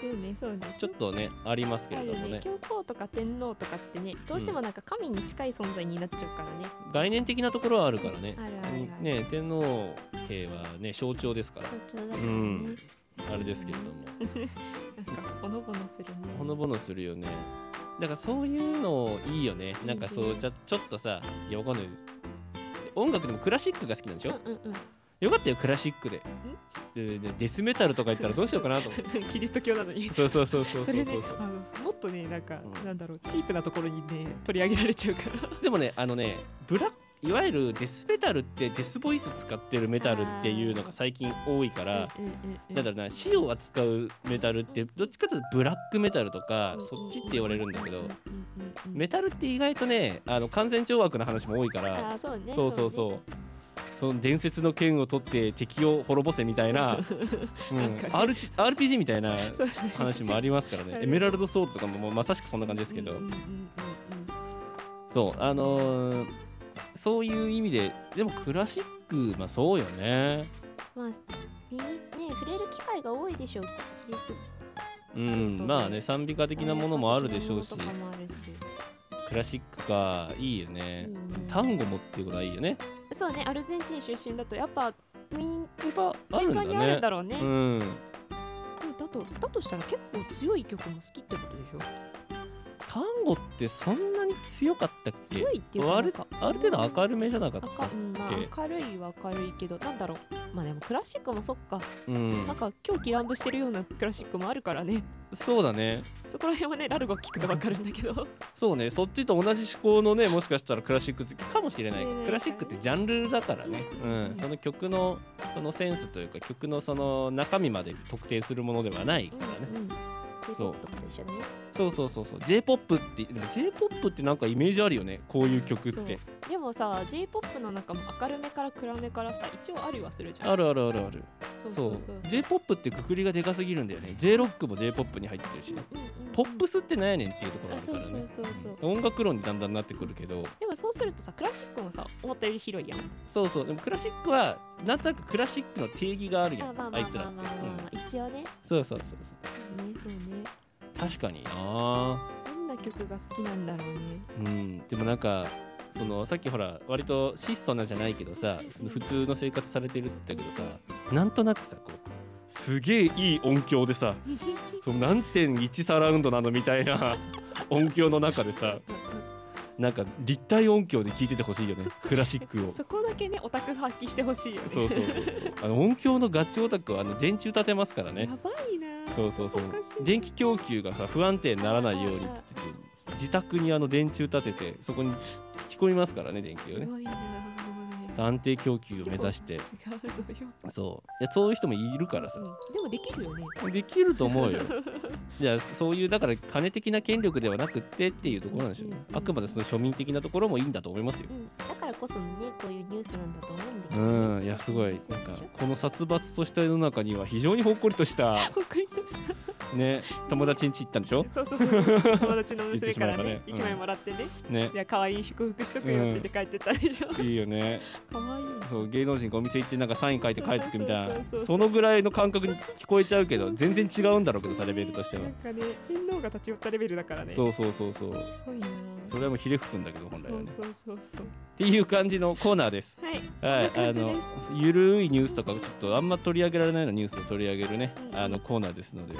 Speaker 3: そうねそうね
Speaker 1: ちょっとねありますけ
Speaker 3: あ
Speaker 1: れ
Speaker 3: る
Speaker 1: ども
Speaker 3: ね
Speaker 1: ね
Speaker 3: 教皇とか天皇とかってねどうしてもなんか神に近い存在になっちゃうからね、
Speaker 1: 概念的なところはあるからね
Speaker 3: あるあるある
Speaker 1: ね天皇家はね象徴ですから
Speaker 3: 象徴だからね、
Speaker 1: うんあれですけれども
Speaker 3: なんかほのぼのするね
Speaker 1: ほのぼのするよねだからそういうのいいよねなんかそうじゃちょっとさいやわかんない音楽でもクラシックが好きなんでしょ
Speaker 3: うんうん [LAUGHS]
Speaker 1: よかったよクラシックでででデスメタルとか言ったらどうしようかなと思って
Speaker 3: うんキリスト教なのに
Speaker 1: そうそうそうそう
Speaker 3: そ
Speaker 1: そ
Speaker 3: れ
Speaker 1: う
Speaker 3: ね
Speaker 1: そうそう
Speaker 3: あのもっとねなんか、
Speaker 1: うん
Speaker 3: なんだろうチープなところにね取り上げられちゃうから
Speaker 1: でもねあのねブラックいわゆるデスメタルってデスボイス使ってるメタルっていうのが最近多いからだからな死を扱うメタルってどっちかというとブラックメタルとかそっちって言われるんだけどメタルって意外とねあの完全懲悪な話も多いから
Speaker 3: あーそうね
Speaker 1: そうそう
Speaker 3: う
Speaker 1: そう。その伝説の剣を取って敵を滅ぼせみたい
Speaker 3: [LAUGHS]
Speaker 1: な、うん、R RPG みたいな
Speaker 3: ねそうね
Speaker 1: 話もありますからね
Speaker 3: はい
Speaker 1: エメラルドソードとかももうまさしくそんな感じですけど、
Speaker 3: うんうんうん
Speaker 1: そうあのーそういう意味ででもクラシックまあそうよね
Speaker 3: うんまあ身にね触れる機会が多いでしょうキリスト
Speaker 1: うんまあね賛美歌的なものもあるでしょうし
Speaker 3: 的なものとかもあるし
Speaker 1: クラシックかいいよ
Speaker 3: いい
Speaker 1: ね
Speaker 3: ね
Speaker 1: 単語もっていうことはいいよね
Speaker 3: そうねアルゼンチン出身だとやっぱみん
Speaker 1: やっぱある
Speaker 3: 瞬
Speaker 1: んだ
Speaker 3: 間にある
Speaker 1: ね
Speaker 3: んだろうね
Speaker 1: うん
Speaker 3: うんだとだとしたら結構強い曲も好きってことでしょ
Speaker 1: 単語ってそんなに強かったっけ
Speaker 3: 強いっていうかなんか
Speaker 1: ある程度明るめじゃなかった
Speaker 3: 赤うんまあ
Speaker 1: け
Speaker 3: 明るいは明るいけどなんだろうまあでもクラシックもそっか、
Speaker 1: うん
Speaker 3: なんか狂気乱舞してるようなクラシックもあるからね
Speaker 1: そうだね
Speaker 3: そこら辺はねラルゴ聞くと分かるんだけど
Speaker 1: [LAUGHS] そうねそっちと同じ思考のねもしかしたらクラシック好きかもしれない
Speaker 3: 知れないからね
Speaker 1: クラシックってジャンルだからね、う、
Speaker 3: うんん
Speaker 1: その曲のそのセンスというか曲のその中身まで特定するものではないからね、
Speaker 3: うんうん
Speaker 1: そう
Speaker 3: J-POP とかと一緒にね
Speaker 1: そうそうそうそう j p o p ってでも j p o p ってなんかイメージあるよねこういう曲っ
Speaker 3: そう
Speaker 1: て
Speaker 3: でもさ j p o p の中も明るめから暗めからさ一応ありはするじゃん
Speaker 1: あるあるあるある
Speaker 3: そ
Speaker 1: そう
Speaker 3: そう
Speaker 1: う
Speaker 3: そう
Speaker 1: j p o p ってくくりがでかすぎるんだよね j ロックも j p o p に入ってるしね
Speaker 3: うんうんうん
Speaker 1: ポップスってなんやねんっていうところ
Speaker 3: あ
Speaker 1: あるか
Speaker 3: そう
Speaker 1: ら
Speaker 3: そう
Speaker 1: ね
Speaker 3: そうそう
Speaker 1: 音楽論にだんだんなってくるけど
Speaker 3: でもそうするとさクラシックもさ思ったより広いやん
Speaker 1: そうそうでもクラシックはなんとなくクラシックの定義があるや
Speaker 3: あまあ
Speaker 1: ん
Speaker 3: ま
Speaker 1: あ
Speaker 3: あ
Speaker 1: いつ
Speaker 3: ま
Speaker 1: ら
Speaker 3: あ
Speaker 1: って
Speaker 3: まあまあまあ一応ねね
Speaker 1: そうそうそうそう
Speaker 3: そうね
Speaker 1: 確かにな
Speaker 3: どんな曲が好きなんだろうね
Speaker 1: うんでもなんかそのさっきほら割と質素なんじゃないけどさその普通の生活されてるって言ったけどさなんとなくさこうすげえいい音響で
Speaker 3: [LAUGHS]
Speaker 1: さその何.1サラウンドなのみたいな [LAUGHS] 音響の中でさ
Speaker 3: [LAUGHS] うんうん
Speaker 1: なんか立体音響で聞いててほしいよねクラシックを
Speaker 3: そこだけねオタク発揮してほしいよね
Speaker 1: そうそうそうそうあの音響のガチオタクはあの電柱立てますからね
Speaker 3: やばいな
Speaker 1: そうそうそう
Speaker 3: おかしい
Speaker 1: 電気供給がさ不安定にならないようにっつって自宅にあの電柱立ててそこに聞こえますからね電気を [LAUGHS]
Speaker 3: す
Speaker 1: ね
Speaker 3: ごいなもうね
Speaker 1: 安定供給を目指して
Speaker 3: 違うのよ
Speaker 1: そういやそういう人もいるからさ
Speaker 3: でもできるよね
Speaker 1: できると [LAUGHS] 思うよいやそういうだから金的な権力ではなくってっていうところなんでしょうねあくまでその庶民的なところもいいんだと思いますよ
Speaker 7: うん、だからこそねこういうニュースなんだと思うんだけ
Speaker 1: う
Speaker 7: ど、
Speaker 1: んいやすごいなんかこの殺伐とした世の中には非常にほっこりとした
Speaker 3: ほっこりとした
Speaker 1: ね友達ん家行ったんでしょ
Speaker 3: そうそうそう友達の娘からね
Speaker 1: 言ってしまえばねうん
Speaker 3: 一枚もらってね
Speaker 1: ね
Speaker 3: じゃあ可愛い祝福しとくよって言って帰ってったでしょ
Speaker 1: いいよね
Speaker 3: 可愛いな
Speaker 1: そう芸能人がお店行ってなんかサイン書いて帰ってくみたい
Speaker 3: そうそうそうそ
Speaker 1: な
Speaker 3: う
Speaker 1: そのぐらいの感覚に聞こえちゃうけど全然違うんだろうけどさレベルとしては
Speaker 3: なんかね天皇が立ち寄ったレベルだからね
Speaker 1: そううそうそうそう
Speaker 3: すごいな
Speaker 1: それはもうひれ伏すんだけど本来
Speaker 3: そ
Speaker 1: は
Speaker 3: う
Speaker 1: ね
Speaker 3: そうそうそう
Speaker 1: っていう感じのコーナーです
Speaker 3: はい
Speaker 1: はい
Speaker 3: こん
Speaker 1: あ
Speaker 3: な感じ
Speaker 1: の
Speaker 3: です
Speaker 1: ゆるいニュースとかちょっとあんま取り上げられないようなニュースを取り上げるね
Speaker 3: うん
Speaker 1: あのコーナーですので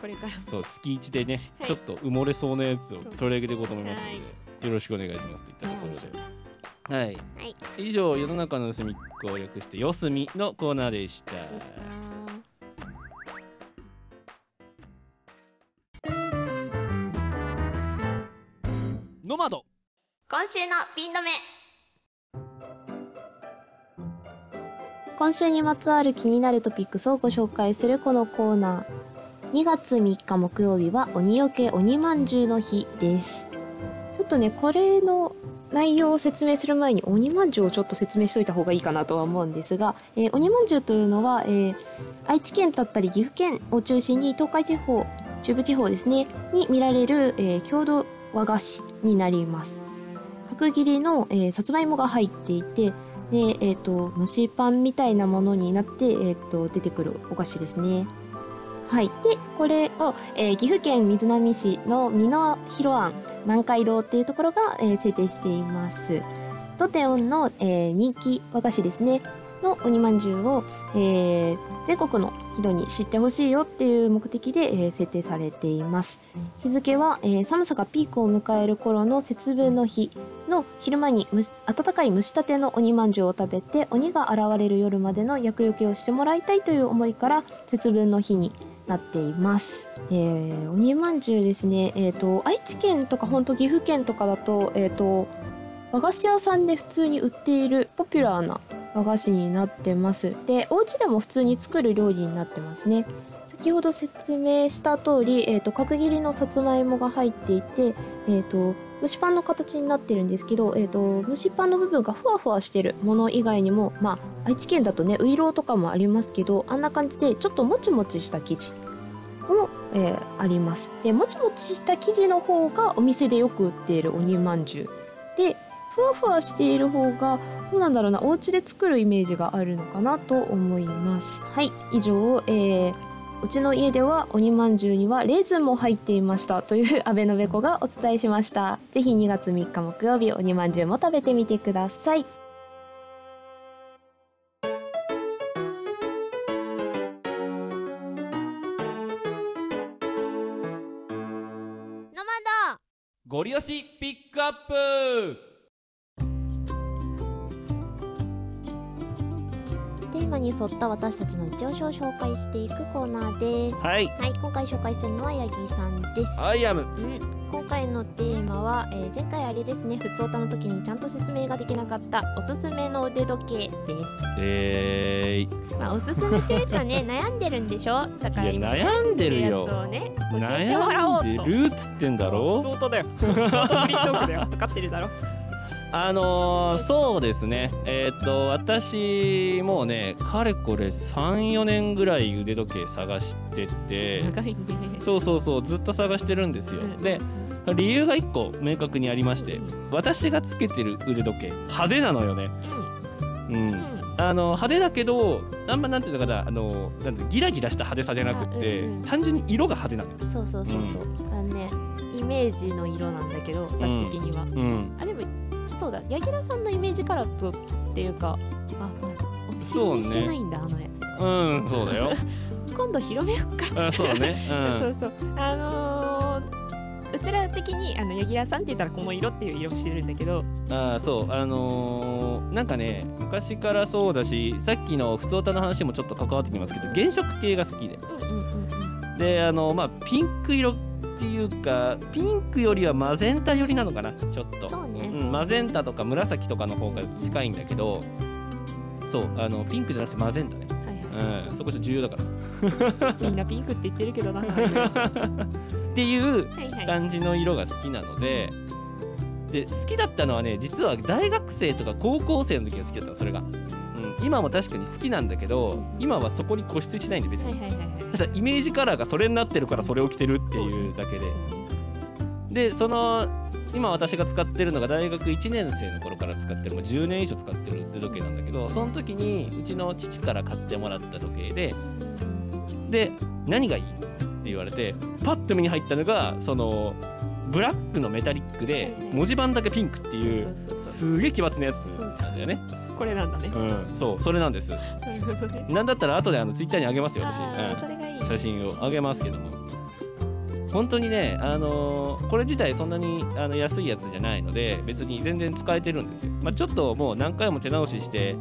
Speaker 3: これから
Speaker 1: そう月1でね、
Speaker 3: はい
Speaker 1: ちょっと埋もれそうなやつを取り上げていこうと思いますので、
Speaker 3: は
Speaker 1: よろしくお願いしますといったところで。はい、
Speaker 7: はい
Speaker 1: 以上世の中の隅っこを略して「よすみ」のコーナーでした
Speaker 7: でした
Speaker 1: ノマド
Speaker 7: 今週のピン止め
Speaker 8: 今週にまつわる気になるトピックスをご紹介するこのコーナー2月3日木曜日は鬼よけ鬼まんじゅうの日ですちょっとねこれの内容を説明する前に鬼まんじゅうをちょっと説明しといた方がいいかなとは思うんですが、えー鬼まんじゅうというのは、えー愛知県だったり岐阜県を中心に東海地方中部地方ですねに見られる、えー郷土和菓子になります角切りの、えーさつまいもが入っていてで、えー、と蒸しパンみたいなものになって、えー、と出てくるお菓子ですね。はい、でこれを、えー岐阜県瑞浪市の美濃広庵満開堂っていうところが、えー制定しています。ドテオンの、えー人気和菓子ですねの鬼まんじゅうを、えー全国の人に知ってほしいよっていう目的で、えー制定されています日付は、えー寒さがピークを迎える頃の節分の日の昼間に蒸し温かい蒸したての鬼まんじゅうを食べて鬼が現れる夜までの厄除けをしてもらいたいという思いから節分の日になっています、えー、鬼まんじゅうですね、えー、と愛知県とか本当岐阜県とかだと,、えー、と和菓子屋さんで普通に売っているポピュラーな和菓子になってますでお家でも普通に作る料理になってますね先ほど説明した通り、えー、と角切りのさつまいもが入っていて、えー、と蒸しパンの形になってるんですけど、えー、と蒸しパンの部分がふわふわしてるもの以外にも、まあ、愛知県だとねういろうとかもありますけどあんな感じでちょっともちもちした生地も、えーありますでもちもちした生地の方がお店でよく売っている鬼まんじゅうでふわふわしている方がどうなんだろうなお家で作るイメージがあるのかなと思いますはい以上、えーうちの家では鬼まんじゅうにはレーズンも入っていましたという安倍のべこがお伝えしましたぜひ2月3日木曜日鬼まんじゅうも食べてみてください
Speaker 7: ノマド
Speaker 1: ゴリ押しピックアップ
Speaker 7: テーマに沿った私たちの一押しを紹介していくコーナーです
Speaker 1: はい
Speaker 7: はい今回紹介するのはヤギさんです
Speaker 1: アイアム
Speaker 7: 今回のテーマは、えー前回あれですねふつおたの時にちゃんと説明ができなかったおすすめの腕時計です
Speaker 1: えー
Speaker 7: まあおすすめというか
Speaker 1: [LAUGHS]
Speaker 7: ね悩んでるんでしょだから
Speaker 1: いや
Speaker 7: 今
Speaker 1: 悩んでるよ
Speaker 7: やつをね教えてもらお
Speaker 1: 悩
Speaker 7: うと
Speaker 1: んでるっつってんだ
Speaker 3: 普
Speaker 1: ろ
Speaker 3: 通音だよ普通音フリートーク
Speaker 8: [LAUGHS]
Speaker 3: だよ分かってるだろ
Speaker 1: あのー、そうですねえっ、と私もうねかれこれ34年ぐらい腕時計探してて
Speaker 3: 長いね
Speaker 1: そうそうそうずっと探してるんですよ
Speaker 3: うん
Speaker 1: で理由が1個明確にありまして私がつけてる腕時計派手なのよねうんあの派手だけどあんまなんていうのかなあのなんていうのギラギラした派手さじゃなくって、
Speaker 7: あうんうん
Speaker 1: 単純に色が派手なのよ、
Speaker 7: そうそうそうそう、あのねイメージの色なんだけど私的には、
Speaker 1: うん、
Speaker 7: あでもそうだ柳楽さんのイメージカラットっていうかあまあお見せ
Speaker 1: そうね
Speaker 7: してないんだ、あの絵
Speaker 1: うんそう
Speaker 7: [LAUGHS]
Speaker 1: だよ
Speaker 7: 今度広めよっか、
Speaker 1: あそうだね、
Speaker 3: そうそうあのーうちら的にあの柳楽さんって言ったらこの色っていう色をしてるんだ
Speaker 1: [LAUGHS]
Speaker 3: けど
Speaker 1: ああそうあのーなんかね昔からそうだしさっきの普通歌の話もちょっと関わってきますけど原色系が好きでであのまあピンク色っていうかピンクよりはマゼンタ寄りなのかなちょっと
Speaker 8: そうね、
Speaker 1: うん、マゼンタとか紫とかの方が近いんだけどそうあのピンクじゃなくてマゼンタね、うん、そこちょっと重要だからっ
Speaker 3: みんなピンクって言ってるけどなはい
Speaker 1: ていう
Speaker 3: はい
Speaker 1: 感じの色が好きなのでで好きだったのはね実は大学生とか高校生の時が好きだったのそれが、うん、今も確かに好きなんだけど今はそこに固執してないんで別に、
Speaker 3: はいはいはいはい
Speaker 1: ただイメージカラーがそれになってるからそれを着てるっていうだけででその今私が使ってるのが大学1年生の頃から使ってるもう10年以上使ってる腕時計なんだけどその時にうちの父から買ってもらった時計でで何がいいって言われてパッと目に入ったのがそのブラックのメタリックで文字盤だけピンクってい
Speaker 3: そううそうそ
Speaker 1: すげえ奇抜なやつなんだよね
Speaker 3: うこれなんだね
Speaker 1: うんそうそれなんです
Speaker 3: なるほどね
Speaker 1: なんだったら後であのツイッターにあげますよ私、
Speaker 3: あ
Speaker 1: うん
Speaker 3: あそれがいい
Speaker 1: 写真をあげますけども本当にね、あのーこれ自体そんなにあの安いやつじゃないので別に全然使えてるんですよ、まあ、ちょっともう何回も手直しして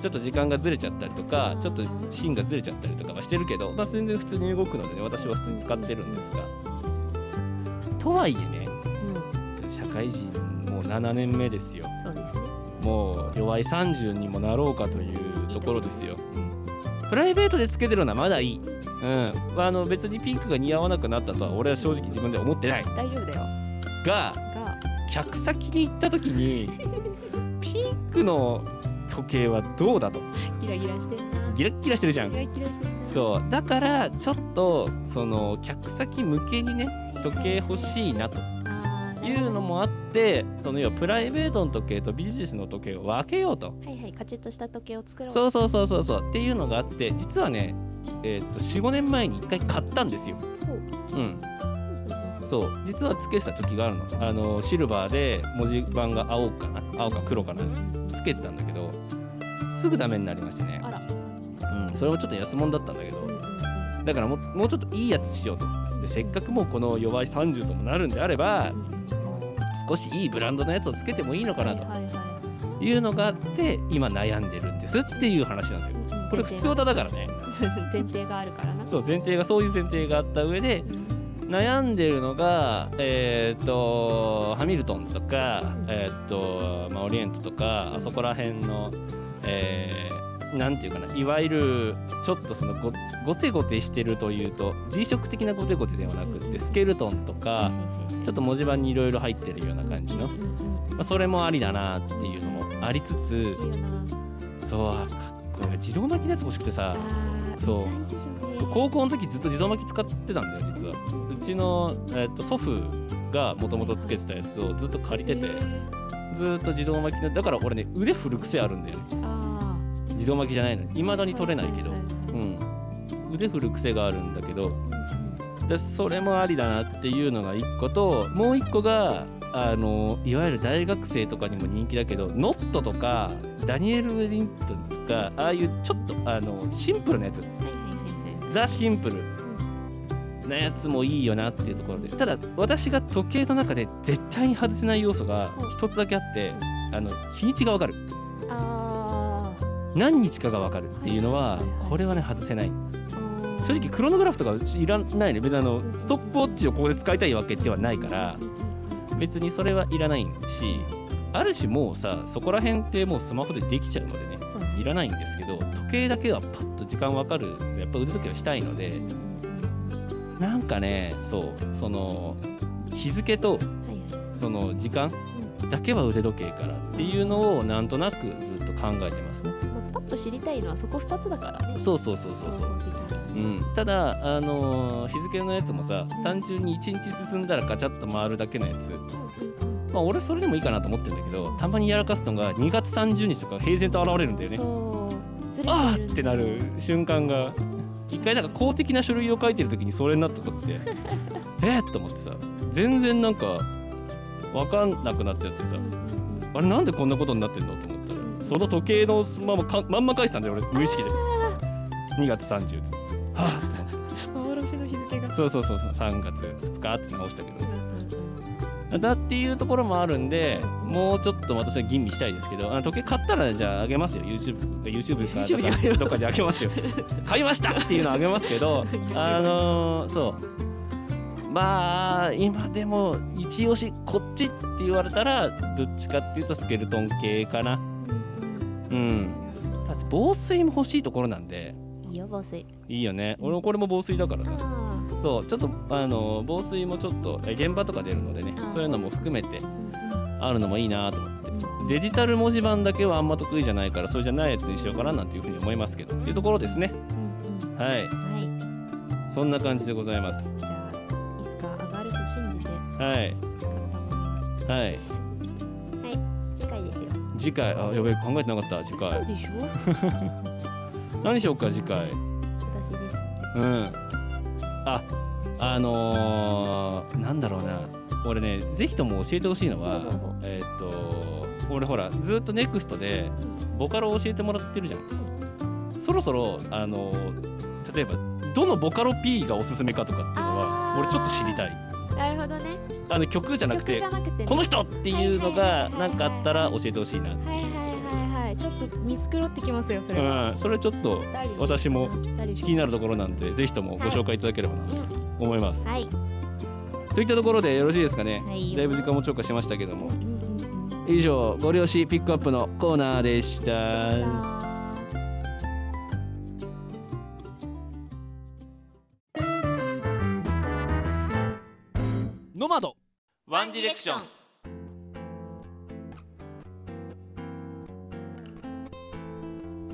Speaker 1: ちょっと時間がずれちゃったりとかちょっと芯がずれちゃったりとかはしてるけど、まあ、全然普通に動くのでね私は普通に使ってるんですがとはいえね社会人もう7年目ですよ
Speaker 3: そうですね
Speaker 1: もう弱い30にもなろうかというところですよ。プライベートでつけてるのはまだいい。うん、あの別にピンクが似合わなくなったとは俺は正直自分では思ってない
Speaker 3: 大丈夫だよ
Speaker 1: が
Speaker 3: が
Speaker 1: 客先に行った時 [LAUGHS] にピンクの時計はどうだと
Speaker 3: ギラギラしてる
Speaker 1: ギラッギラしてるじゃ
Speaker 3: ギ
Speaker 1: ん
Speaker 3: ラギラしてるな
Speaker 1: そうだからちょっとその客先向けにね時計欲しいなと
Speaker 3: あー
Speaker 1: いうのもあってその要はプライベートの時計とビジネスの時計を分けようと
Speaker 8: はいはいカチッとした時計を作ろう
Speaker 1: そうそうそうそうそうっていうのがあって実はね、えー、と45年前に1回買ったんですよ。うん、そう実はつけてた時があるのあのシルバーで文字盤が青かな青か黒かなつけてたんだけどすぐダメになりましてね
Speaker 8: あ
Speaker 1: うん、それもちょっと安物だったんだけどだからもうもうちょっといいやつしようとでせっかくもうこの弱い30ともなるんであれば少しいいブランドのやつをつけてもいいのかなと
Speaker 8: はいは
Speaker 1: いうのがあって今悩んでるんですっていう話なんですよ。これ普通歌だからね
Speaker 3: 前提があるからな
Speaker 1: そう前提がそういう前提があった上で悩んでるのがえっ、とハミルトンとかえっ、と、まあ、オリエントとかあそこら辺のえーなんていうかないわゆるちょっとそのごごてごてしてるというと G 色的なごてごてではなくってスケルトンとかちょっと文字盤にいろいろ入ってるような感じの、まあ、それもありだなっていうのもありつつ
Speaker 3: いいよな
Speaker 1: そうあかっこいい自動巻きのやつ欲しくてさ
Speaker 3: あー
Speaker 1: そう
Speaker 3: めっちゃいいよね
Speaker 1: 高校の時ずっと自動巻き使ってたんだよ実はうちの、えっと祖父がもともとつけてたやつをずっと借りててずっと自動巻きのだから俺ね腕振る癖あるんだよね
Speaker 3: あ
Speaker 1: 自動巻きじゃないのにいまだに取れないけど、
Speaker 3: はいはいはい
Speaker 1: うん、腕振る癖があるんだけどでそれもありだなっていうのが1個ともう1個があのいわゆる大学生とかにも人気だけどノットとかダニエル・ウェリントンとかああいうちょっとあのシンプルなやつ
Speaker 3: はいはいはい
Speaker 1: ザ・シンプルなやつもいいよなっていうところでただ私が時計の中で絶対に外せない要素が一つだけあってあの日にちが分かる
Speaker 8: あ
Speaker 1: 何日かが分かるっていうのはこれはね外せない正直クロノグラフとかうちいらないね別にあのストップウォッチをここで使いたいわけではないから別にそれはいらないしある種もうさそこら辺ってもうスマホでできちゃうのでね
Speaker 8: そうね
Speaker 1: いらないんですけど時計だけはパッと時間わかるやっぱ腕時計をしたいのでなんかねそうその日付とその時間だけは腕時計からっていうのをなんとなくずっと考えてますね。
Speaker 3: もうパッと知りたいのはそこ二つだからね
Speaker 1: そうそうそうそうそううん、ただ、あのー日付のやつもさ単純に1日進んだらガチャッと回るだけのやつ、まあ、俺それでもいいかなと思ってるんだけどたまにやらかすのが2月30日とか平然と現れるんだよね
Speaker 8: そうずれ
Speaker 1: あ
Speaker 8: て
Speaker 1: ー
Speaker 8: る
Speaker 1: ってなる瞬間が一回なんか公的な書類を書いてる時にそれになったことってえっと思ってさ全然なんか分かんなくなっちゃってさあれなんでこんなことになってんのと思ったらその時計のままかまんま返したんだよ俺無意識で2月30日はあ
Speaker 3: 幻の日付が
Speaker 1: そうそうそうそう3月2日って直したけどだっていうところもあるんでもうちょっと私は吟味したいですけどあの時計買ったらじゃああげますよ YouTube, YouTube か
Speaker 3: YouTube にあげ
Speaker 1: どっか
Speaker 3: ます
Speaker 1: どっかであげ
Speaker 3: [LAUGHS]
Speaker 1: ますよ買いましたっていうのあげますけどあのーそうまあ今でも一押しこっちって言われたらどっちかっていうとスケルトン系かなうんだって防水も欲しいところなんで
Speaker 8: いいよ防水
Speaker 1: いいよね俺もこれも防水だからさ
Speaker 8: あ
Speaker 1: そうちょっとあの防水もちょっとえ現場とか出るのでねそういうのも含めてあるのもいいなと思ってデジタル文字盤だけはあんま得意じゃないからそれじゃないやつにしようかななんていうふうに思いますけどっていうところですね
Speaker 8: ーうんうん
Speaker 1: はい
Speaker 8: はい
Speaker 1: そんな感じでございます
Speaker 8: じゃあいつか上がると信じて
Speaker 1: はい
Speaker 8: 買ったものは
Speaker 1: はい
Speaker 8: 次回ですよ
Speaker 1: 次回あやべえ考えてなかった次
Speaker 3: そう
Speaker 1: 回
Speaker 3: でしょ
Speaker 1: 何しようか次回
Speaker 8: 私です
Speaker 1: うんああのー、なんだろうな俺ねぜひとも教えてほしいのは
Speaker 8: ほうほう
Speaker 1: えーっと俺ほらずーっと NEXT でボカロを教えてもらってるじゃんそろそろあのー例えばどのボカロ P がおすすめかとかっていうのは
Speaker 8: あー
Speaker 1: 俺ちょっと知りたい
Speaker 8: なるほどね
Speaker 1: あの曲じゃなく
Speaker 8: 曲
Speaker 1: て
Speaker 8: じゃなくてね
Speaker 1: この人っていうのが
Speaker 8: はいはいはいは
Speaker 1: ないんかあったら教えてほしいな
Speaker 8: はいはいはいはいちょっと見繕ってきますよそれは、
Speaker 1: うんそれちょっと
Speaker 8: 誰
Speaker 1: 私も
Speaker 8: 誰
Speaker 1: 気になるところなんでぜひともご紹介いただければなと思います、
Speaker 8: はい
Speaker 1: といったところでよろしいですかね、
Speaker 8: はい
Speaker 1: だいぶ時間も超過しましたけども
Speaker 8: うんうんうん
Speaker 1: 以上ご了承ピックアップのコーナーでした
Speaker 8: あー
Speaker 1: ノマドワ
Speaker 8: ンディレクション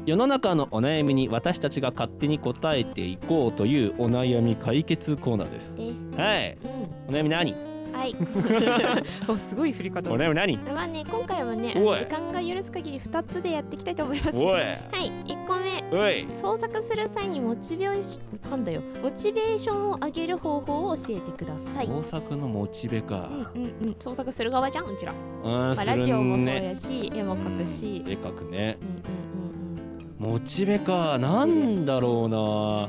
Speaker 1: 世の中のお悩みに私たちが勝手に答えていこうというお悩み解決コーナーです
Speaker 8: です
Speaker 1: はい
Speaker 8: うん
Speaker 1: お悩み何
Speaker 8: はい
Speaker 3: あすごい振り方
Speaker 1: お悩み何
Speaker 8: まあね今回はねあ
Speaker 1: お
Speaker 8: の
Speaker 1: い
Speaker 8: 時間が許す限り二つでやっていきたいと思います
Speaker 1: おい
Speaker 8: はい1個目
Speaker 1: おい
Speaker 8: 創作する際にモチベーション噛んだよモチベーションを上げる方法を教えてください
Speaker 1: 創作のモチベか
Speaker 8: うんうんうん創作する側じゃんうちら、
Speaker 1: うん、
Speaker 8: まあ、
Speaker 1: す
Speaker 8: ラジ
Speaker 1: る
Speaker 8: オもそう
Speaker 1: ね
Speaker 8: やし絵も描くし
Speaker 1: でかくね
Speaker 8: うんうんうんうん
Speaker 1: モチベかなんだろうな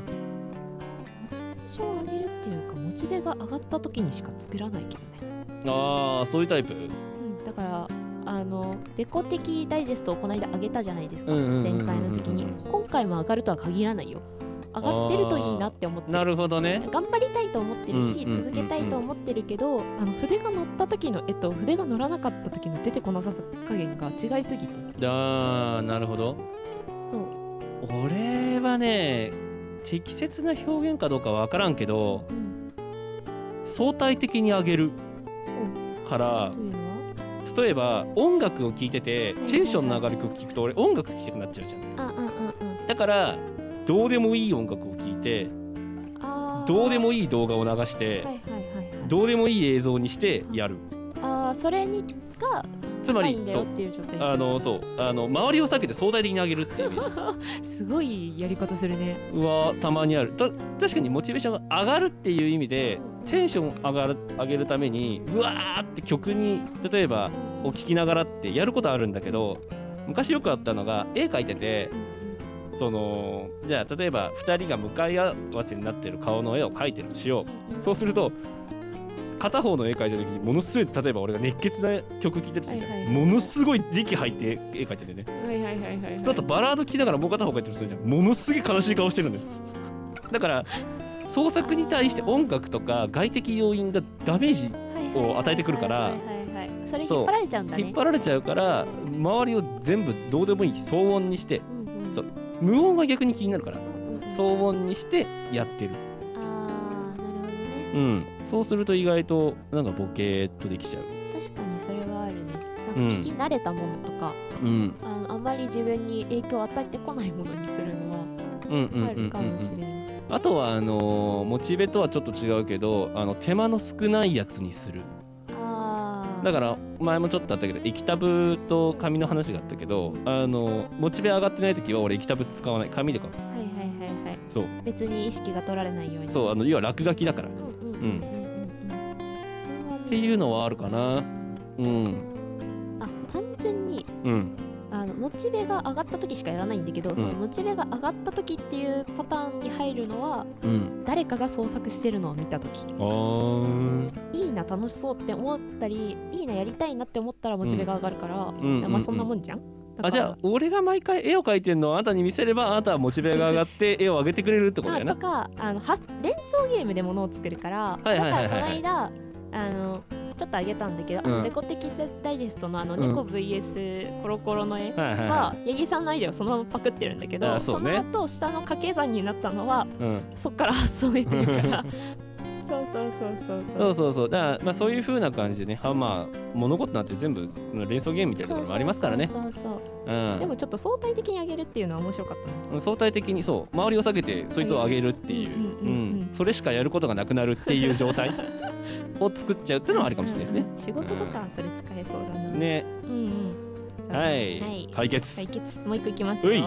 Speaker 8: モチベーションを上げるっていうかモチベが上がった時にしか作らないけどね、
Speaker 1: あーそういうタイプ
Speaker 8: うん、だからあの「べこ的ダイジェスト」をこの間上げたじゃないですか
Speaker 1: うんうんうんうん
Speaker 8: 前
Speaker 1: うん
Speaker 8: 回の時に今回も上がるとは限らないよ上がってるといいなって思って
Speaker 1: な
Speaker 8: る
Speaker 1: るほどね
Speaker 8: 頑張りたいと思ってるし、
Speaker 1: うんうんうんうん
Speaker 8: 続けたいと思ってるけどあの筆が乗った時の絵と筆が乗らなかった時の出てこなささ加減が違いすぎて
Speaker 1: あーなるほど俺はね適切な表現かどうかわからんけど
Speaker 8: うん
Speaker 1: 相対的に上げるから
Speaker 8: というのは
Speaker 1: 例えば音楽を聴いててテンションの上がる曲聴くと俺音楽聴きたくなっちゃうじゃん
Speaker 8: ああ
Speaker 1: だからどうでもいい音楽を聴いて
Speaker 8: ああああ
Speaker 1: どうで
Speaker 8: い
Speaker 1: もいい動画を流して
Speaker 8: はいはいはいはい
Speaker 1: どうでもいい映像にしてやる
Speaker 8: ああそれにが
Speaker 1: つま
Speaker 8: 高い
Speaker 1: り
Speaker 8: んだ
Speaker 1: そ
Speaker 8: よ
Speaker 1: う
Speaker 8: っていう状態
Speaker 1: あのそうあの周りを避けて相対的に上げるっていうイメージ
Speaker 3: すごいやり方するね
Speaker 1: はたまにあるた確かにモチベーションが上がるっていう意味でテンション上がる上げるためにうわーって曲に例えばを聴きながらってやることあるんだけど昔よくあったのが絵描いててそのじゃあ例えば2人が向かい合わせになってる顔の絵を描いてるとしようそうすると片方の絵描いた時にものすごい例えば俺が熱血な曲聴いてるとするじゃん
Speaker 3: はいはい
Speaker 1: ものすごい力入って絵描いててね
Speaker 3: はいはいはいはい、
Speaker 1: だとバラード聴きながらもう片方がやってる人じゃんものすげえ悲しい顔してるんだよだから創作に対して音楽とか外的要因がダメージを与えてくるから
Speaker 8: はいはいはいはいそれに
Speaker 1: そう
Speaker 8: 引っ張られちゃうんだね
Speaker 1: 引っ張られちゃうから周りを全部どうでもいい騒音にして
Speaker 8: うんうん
Speaker 1: そう無音は逆に気になるから騒音にしてやってる
Speaker 8: ああなるほどね
Speaker 1: うんそうすると意外となんかボケーっとできちゃう
Speaker 8: 確かにそれはあるねなんか
Speaker 1: うん
Speaker 8: 聞き慣れたものとか、
Speaker 1: うん
Speaker 8: あのあんまり自分に影響を与えてこないものにするのは
Speaker 1: うんうんうん
Speaker 8: あ
Speaker 1: うんう
Speaker 8: るかもしれ
Speaker 1: ん
Speaker 8: ない、
Speaker 1: あとはあのーモチベとはちょっと違うけどあの手間の少ないやつにする
Speaker 8: ああ
Speaker 1: だから前もちょっとあったけど液タブと紙の話があったけどあのモチベ上がってない時は俺液タブ使わない紙でか
Speaker 8: らはいはいはいはい
Speaker 1: そう
Speaker 8: 別に意識が取られないように
Speaker 1: そうあの要は落書きだからっ
Speaker 8: うんうんうん
Speaker 1: う
Speaker 8: うんうんんうん
Speaker 1: ていうのはあるかなうん
Speaker 8: あ単純に
Speaker 1: うん
Speaker 8: ああのモチベが上がった時しかやらないんだけど、そのモチベが上がった時っていうパターンに入るのは
Speaker 5: うん
Speaker 8: 誰かが創作してるのを見た時
Speaker 5: あー
Speaker 8: いいな楽しそうって思ったりいいなやりたいなって思ったらモチベが上がるから、
Speaker 5: うん
Speaker 8: まあそんなも
Speaker 5: ん
Speaker 8: んじゃん。
Speaker 1: あじゃあ俺が毎回絵を描いてんのをあなたに見せればあなたはモチベが上がって [LAUGHS] 絵を上げてくれるってこと
Speaker 8: あ
Speaker 1: だよな
Speaker 8: とかあのは連想ゲームで物を作るから、
Speaker 1: はいはいはいはい
Speaker 8: だからこの間あのちょっとあげたんだけど、あ
Speaker 5: うん
Speaker 8: の猫的ダイジェストのあの
Speaker 1: うん
Speaker 8: 猫 VS コロコロの絵
Speaker 1: はいはい
Speaker 8: は
Speaker 1: は
Speaker 8: 八木、さんのアイデアをそのままパクってるんだけど
Speaker 1: あそうね、
Speaker 8: の後下の掛け算になったのはい
Speaker 1: うん、
Speaker 8: そっから [LAUGHS] 発想を得てるからそうそうそう
Speaker 1: そ
Speaker 8: そうう
Speaker 1: そうそうだから、まあ、そういう風な感じでねはまあ物事なんて全部連想ゲームみたいなところもありますからね
Speaker 8: そうそうそう
Speaker 1: う
Speaker 8: そうでもちょっと相対的に上げるっていうのは面白かったね
Speaker 1: ん相対的にそう周りを下げてそいつを上げるっていう
Speaker 8: うんうんうんうん
Speaker 1: うんそれしかやることがなくなるっていう状
Speaker 8: [LAUGHS]
Speaker 1: 態を作っちゃうっていうのはありかもしれないですね
Speaker 8: 仕事とかはそれ使えそうだな、
Speaker 1: ね
Speaker 8: うんうん
Speaker 1: はい、
Speaker 8: はい
Speaker 1: 解決、
Speaker 8: 解決もう一個いきます
Speaker 1: うい
Speaker 8: よ、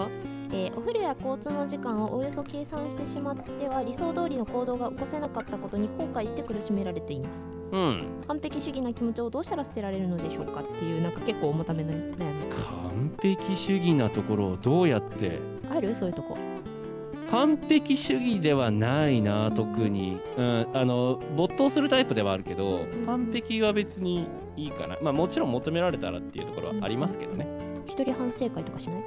Speaker 8: えーお風呂や交通の時間をおおよそ計算してしまっては理想通りの行動が起こせなかったことに後悔して苦しめられています
Speaker 1: うん
Speaker 8: 完璧主義な気持ちをどうしたら捨てられるのでしょうかっていうなんか結構重ための悩
Speaker 1: 完
Speaker 8: み
Speaker 1: 璧主義なところをどうやって
Speaker 8: あるそういうとこ
Speaker 1: 完璧主義ではないな特に、うん、あの没頭するタイプではあるけど完璧は別にいいかなまあもちろん求められたらっていうところはありますけどね
Speaker 8: 一人反省会とかしない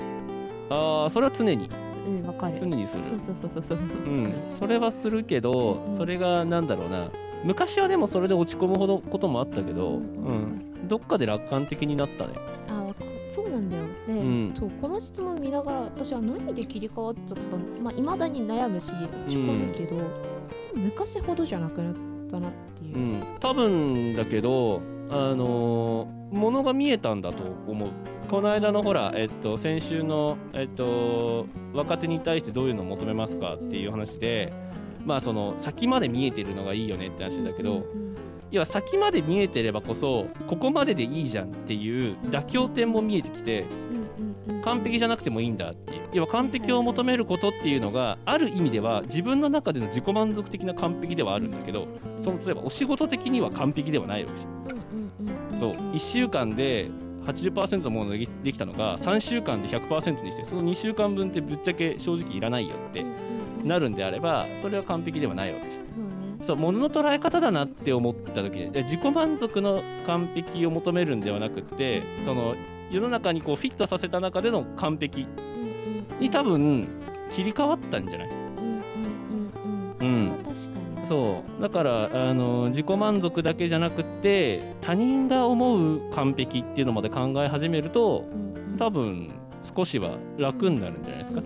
Speaker 1: ああそれは常に
Speaker 8: うんわかる
Speaker 1: 常にする
Speaker 8: そうそうそうそうそう
Speaker 1: うんそれはするけどそれがなんだろうな昔はでもそれで落ち込むほどこともあったけど、うん、どっかで楽観的になったね
Speaker 8: あわかそうなんだよで、
Speaker 1: うん
Speaker 8: そうこの質問見ながら私は何で切り替わっちゃったのまあいまだに悩むし落ち込むけど、昔ほどじゃなくなったなっていう
Speaker 1: う、ん、多分だけどあのー、ものが見えたんだと思うこの間のほら、えっと、先週の、えっと、若手に対してどういうのを求めますかっていう話でまあその先まで見えてるのがいいよねって話だけど要は先まで見えてればこそここまででいいじゃんっていう妥協点も見えてきて完璧じゃなくてもいいんだっていう要は完璧を求めることっていうのがある意味では自分の中での自己満足的な完璧ではあるんだけどその例えばお仕事的には完璧ではないわけじゃんそう1週間で80%ものでできたのが3週間で100%にしてその2週間分ってぶっちゃけ正直いらないよってなるんであればそれは完璧ではないわけじゃんそう物の捉え方だなって思った時にで自己満足の完璧を求めるんではなくってその世の中にこうフィットさせた中での完璧に多分切り替わったんじゃないうん
Speaker 8: 確かに
Speaker 1: そうだからあの自己満足だけじゃなくって他人が思う完璧っていうのまで考え始めると多分少しは楽になるんじゃないですか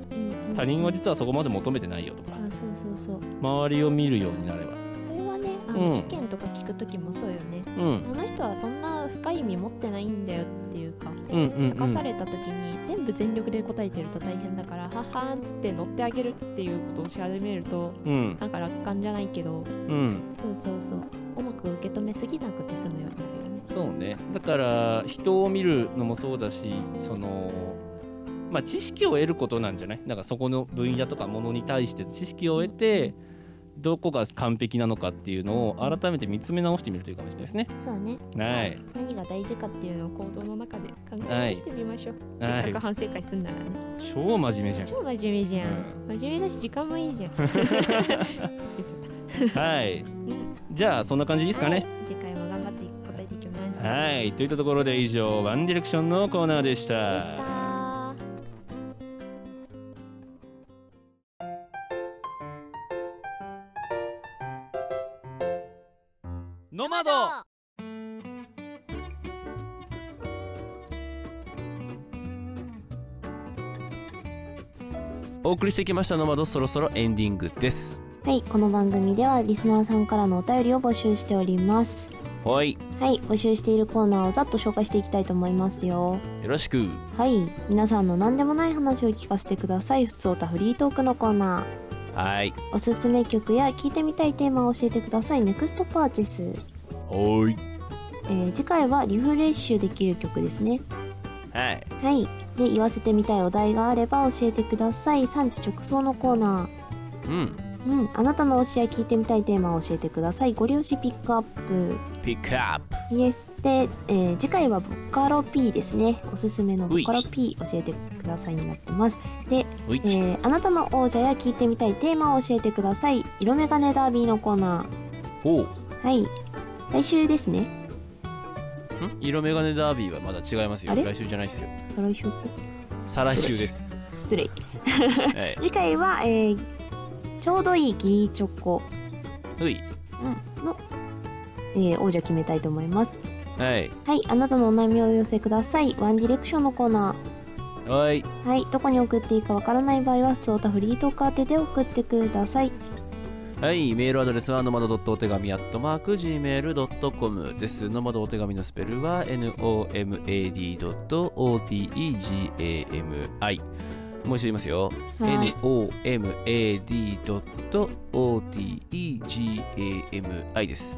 Speaker 1: 他人は実はそこまで求めてないよとか
Speaker 8: あそうそうそう
Speaker 1: 周りを見るようになれば
Speaker 8: それはねあの、
Speaker 1: うん
Speaker 8: 意見とか聞く時もそうよね
Speaker 1: うん
Speaker 8: あの人はそんな深い意味持ってないんだよっていうか
Speaker 1: うんうん
Speaker 8: 書かされた時に全部全力で答えてると大変だから、はっはーんっつって乗ってあげるっていうことをし始めると
Speaker 1: うん
Speaker 8: なんか楽観じゃないけど
Speaker 1: うん
Speaker 8: そうそうそう重く受け止めすぎなくて済むようになるよね
Speaker 1: そうねだから人を見るのもそうだしそのまあ知識を得ることなんじゃないだからそこの分野とかものに対して知識を得てどこが完璧なのかっていうのを改めて見つめ直してみるというかもしれないですね。
Speaker 8: そうね
Speaker 1: はい、
Speaker 8: 何が大事かっていうのを行動の中で考え直してみましょう、
Speaker 1: はい
Speaker 8: せっかく反省会すんならね
Speaker 1: 超真面目じ
Speaker 8: 超真面目じゃん、真面目だし時間もいいじゃん言っちゃった
Speaker 1: ゃん。はい、じゃあそんな感じですか
Speaker 8: は
Speaker 1: ね
Speaker 8: い。次回も頑張って答えていきます
Speaker 1: はい、といったところで以上ワンディレクションのコーナーでした。
Speaker 8: でした
Speaker 1: ノマ
Speaker 5: お送りしてきましたノマドそろそろエンディングです
Speaker 2: はい、この番組ではリスナーさんからのお便りを募集しております。
Speaker 5: はい
Speaker 2: はい、募集しているコーナーをざっと紹介していきたいと思いますよ。
Speaker 5: よろしく
Speaker 2: はい、皆さんの何でもない話を聞かせてください。ふつおたフリートークのコーナー。
Speaker 5: はい
Speaker 2: おすすめ曲や聞いてみたいテーマを教えてください。ネクストパーチェス。
Speaker 5: はい
Speaker 2: えー次回はリフレッシュできる曲ですね。
Speaker 5: はい
Speaker 2: はい。で、言わせてみたいお題があれば教えてください。産地直送のコーナ
Speaker 5: うん
Speaker 2: ー。うん、あなたの推しや聞いてみたいテーマを教えてください。ご両親ピックアップ。
Speaker 5: ピックアップ
Speaker 2: イエス
Speaker 8: で、えー次回はボカロ P ですねおすすめのボカロ P 教えてくださいになってますで、
Speaker 1: う
Speaker 8: え
Speaker 1: い
Speaker 8: ーあなたの王者や聞いてみたいテーマを教えてください色眼鏡ダービーのコーナ
Speaker 1: おうん
Speaker 8: ーはい来週ですね
Speaker 1: 色眼鏡ダービーはまだ違いますよ
Speaker 8: あれ
Speaker 1: 来週じゃないですよ
Speaker 8: 来週
Speaker 1: 再来週です
Speaker 8: 失礼
Speaker 1: はい
Speaker 8: 次回は、えーちょうどいいギリチョコ
Speaker 1: うい
Speaker 8: うんの、えー王者決めたいと思います
Speaker 1: はい
Speaker 8: はいあなたのお悩みをお寄せくださいワンディレクションのコーナー
Speaker 1: はい
Speaker 8: はい、どこに送っていいかわからない場合は、普通オタフリートーク宛てで送ってください。
Speaker 1: はい、メールアドレスはのまどお手紙アットマーク Gmail.com です。のまどお手紙のスペルは nomad.otegami。もう一度言いますよ。
Speaker 8: はい
Speaker 1: nomad.otegami です。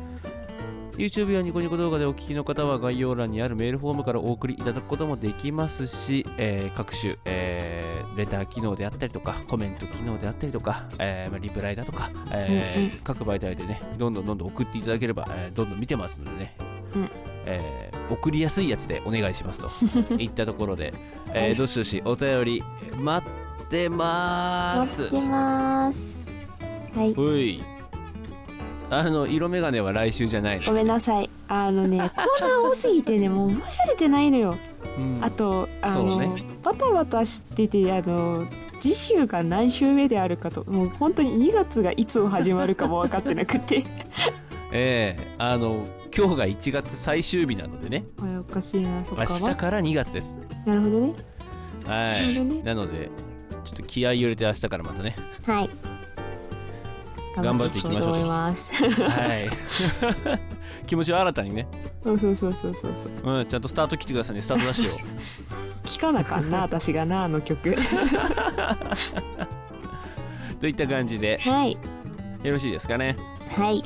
Speaker 1: YouTube やニコニコ動画でお聞きの方は概要欄にあるメールフォームからお送りいただくこともできますし、えー各種、えーレター機能であったりとかコメント機能であったりとか、えーまあリプライだとか、えー
Speaker 8: うんうん
Speaker 1: 各媒体でねどんどんどんどん送っていただければ、えーどんどん見てますのでね、
Speaker 8: うん
Speaker 1: えー送りやすいやつでお願いしますといったところで、えーどしどしお便り待ってまー
Speaker 8: 待っ
Speaker 1: す
Speaker 8: てます。はい、
Speaker 1: ほいあの色眼鏡は来週じゃないの
Speaker 8: ごめんなさい。あのね、コーナー多すぎてね、もう覚えられてないのよ。
Speaker 1: うん
Speaker 3: あとあ
Speaker 1: そう
Speaker 3: の、
Speaker 1: ね
Speaker 3: バタバタしててあの次週が何週目であるかともう本当に2月がいつ始まるかも分かってなく
Speaker 1: [LAUGHS]
Speaker 3: て
Speaker 1: ええあの今日が1月最終日なのでね
Speaker 3: あれおかしいなそっ
Speaker 1: 明
Speaker 3: か
Speaker 1: 日から2月です
Speaker 3: なるほどね
Speaker 1: は
Speaker 3: なる
Speaker 1: い
Speaker 3: ほどね
Speaker 1: なのでちょっと気合い入れて明日からまたね
Speaker 8: はい、
Speaker 1: 頑張っていきましょうと
Speaker 3: 頑張っていこうと思います
Speaker 1: はい [LAUGHS] 気持ちを新たにね、
Speaker 3: [LAUGHS] そうそうそうそうそうそう
Speaker 1: うん、ちゃんとスタート切ってくださいねスタートダッシュを
Speaker 3: 聞かなかんな私がなあ
Speaker 1: [LAUGHS]
Speaker 3: の曲
Speaker 1: といった感じで
Speaker 8: はい、
Speaker 1: よろしいですかね
Speaker 8: はい。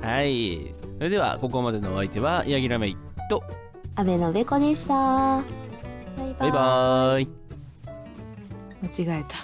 Speaker 1: はいそれではここまでのお相手はヤギラメイと
Speaker 8: 安倍のべこでした。
Speaker 1: バイバーイ
Speaker 3: 間違えた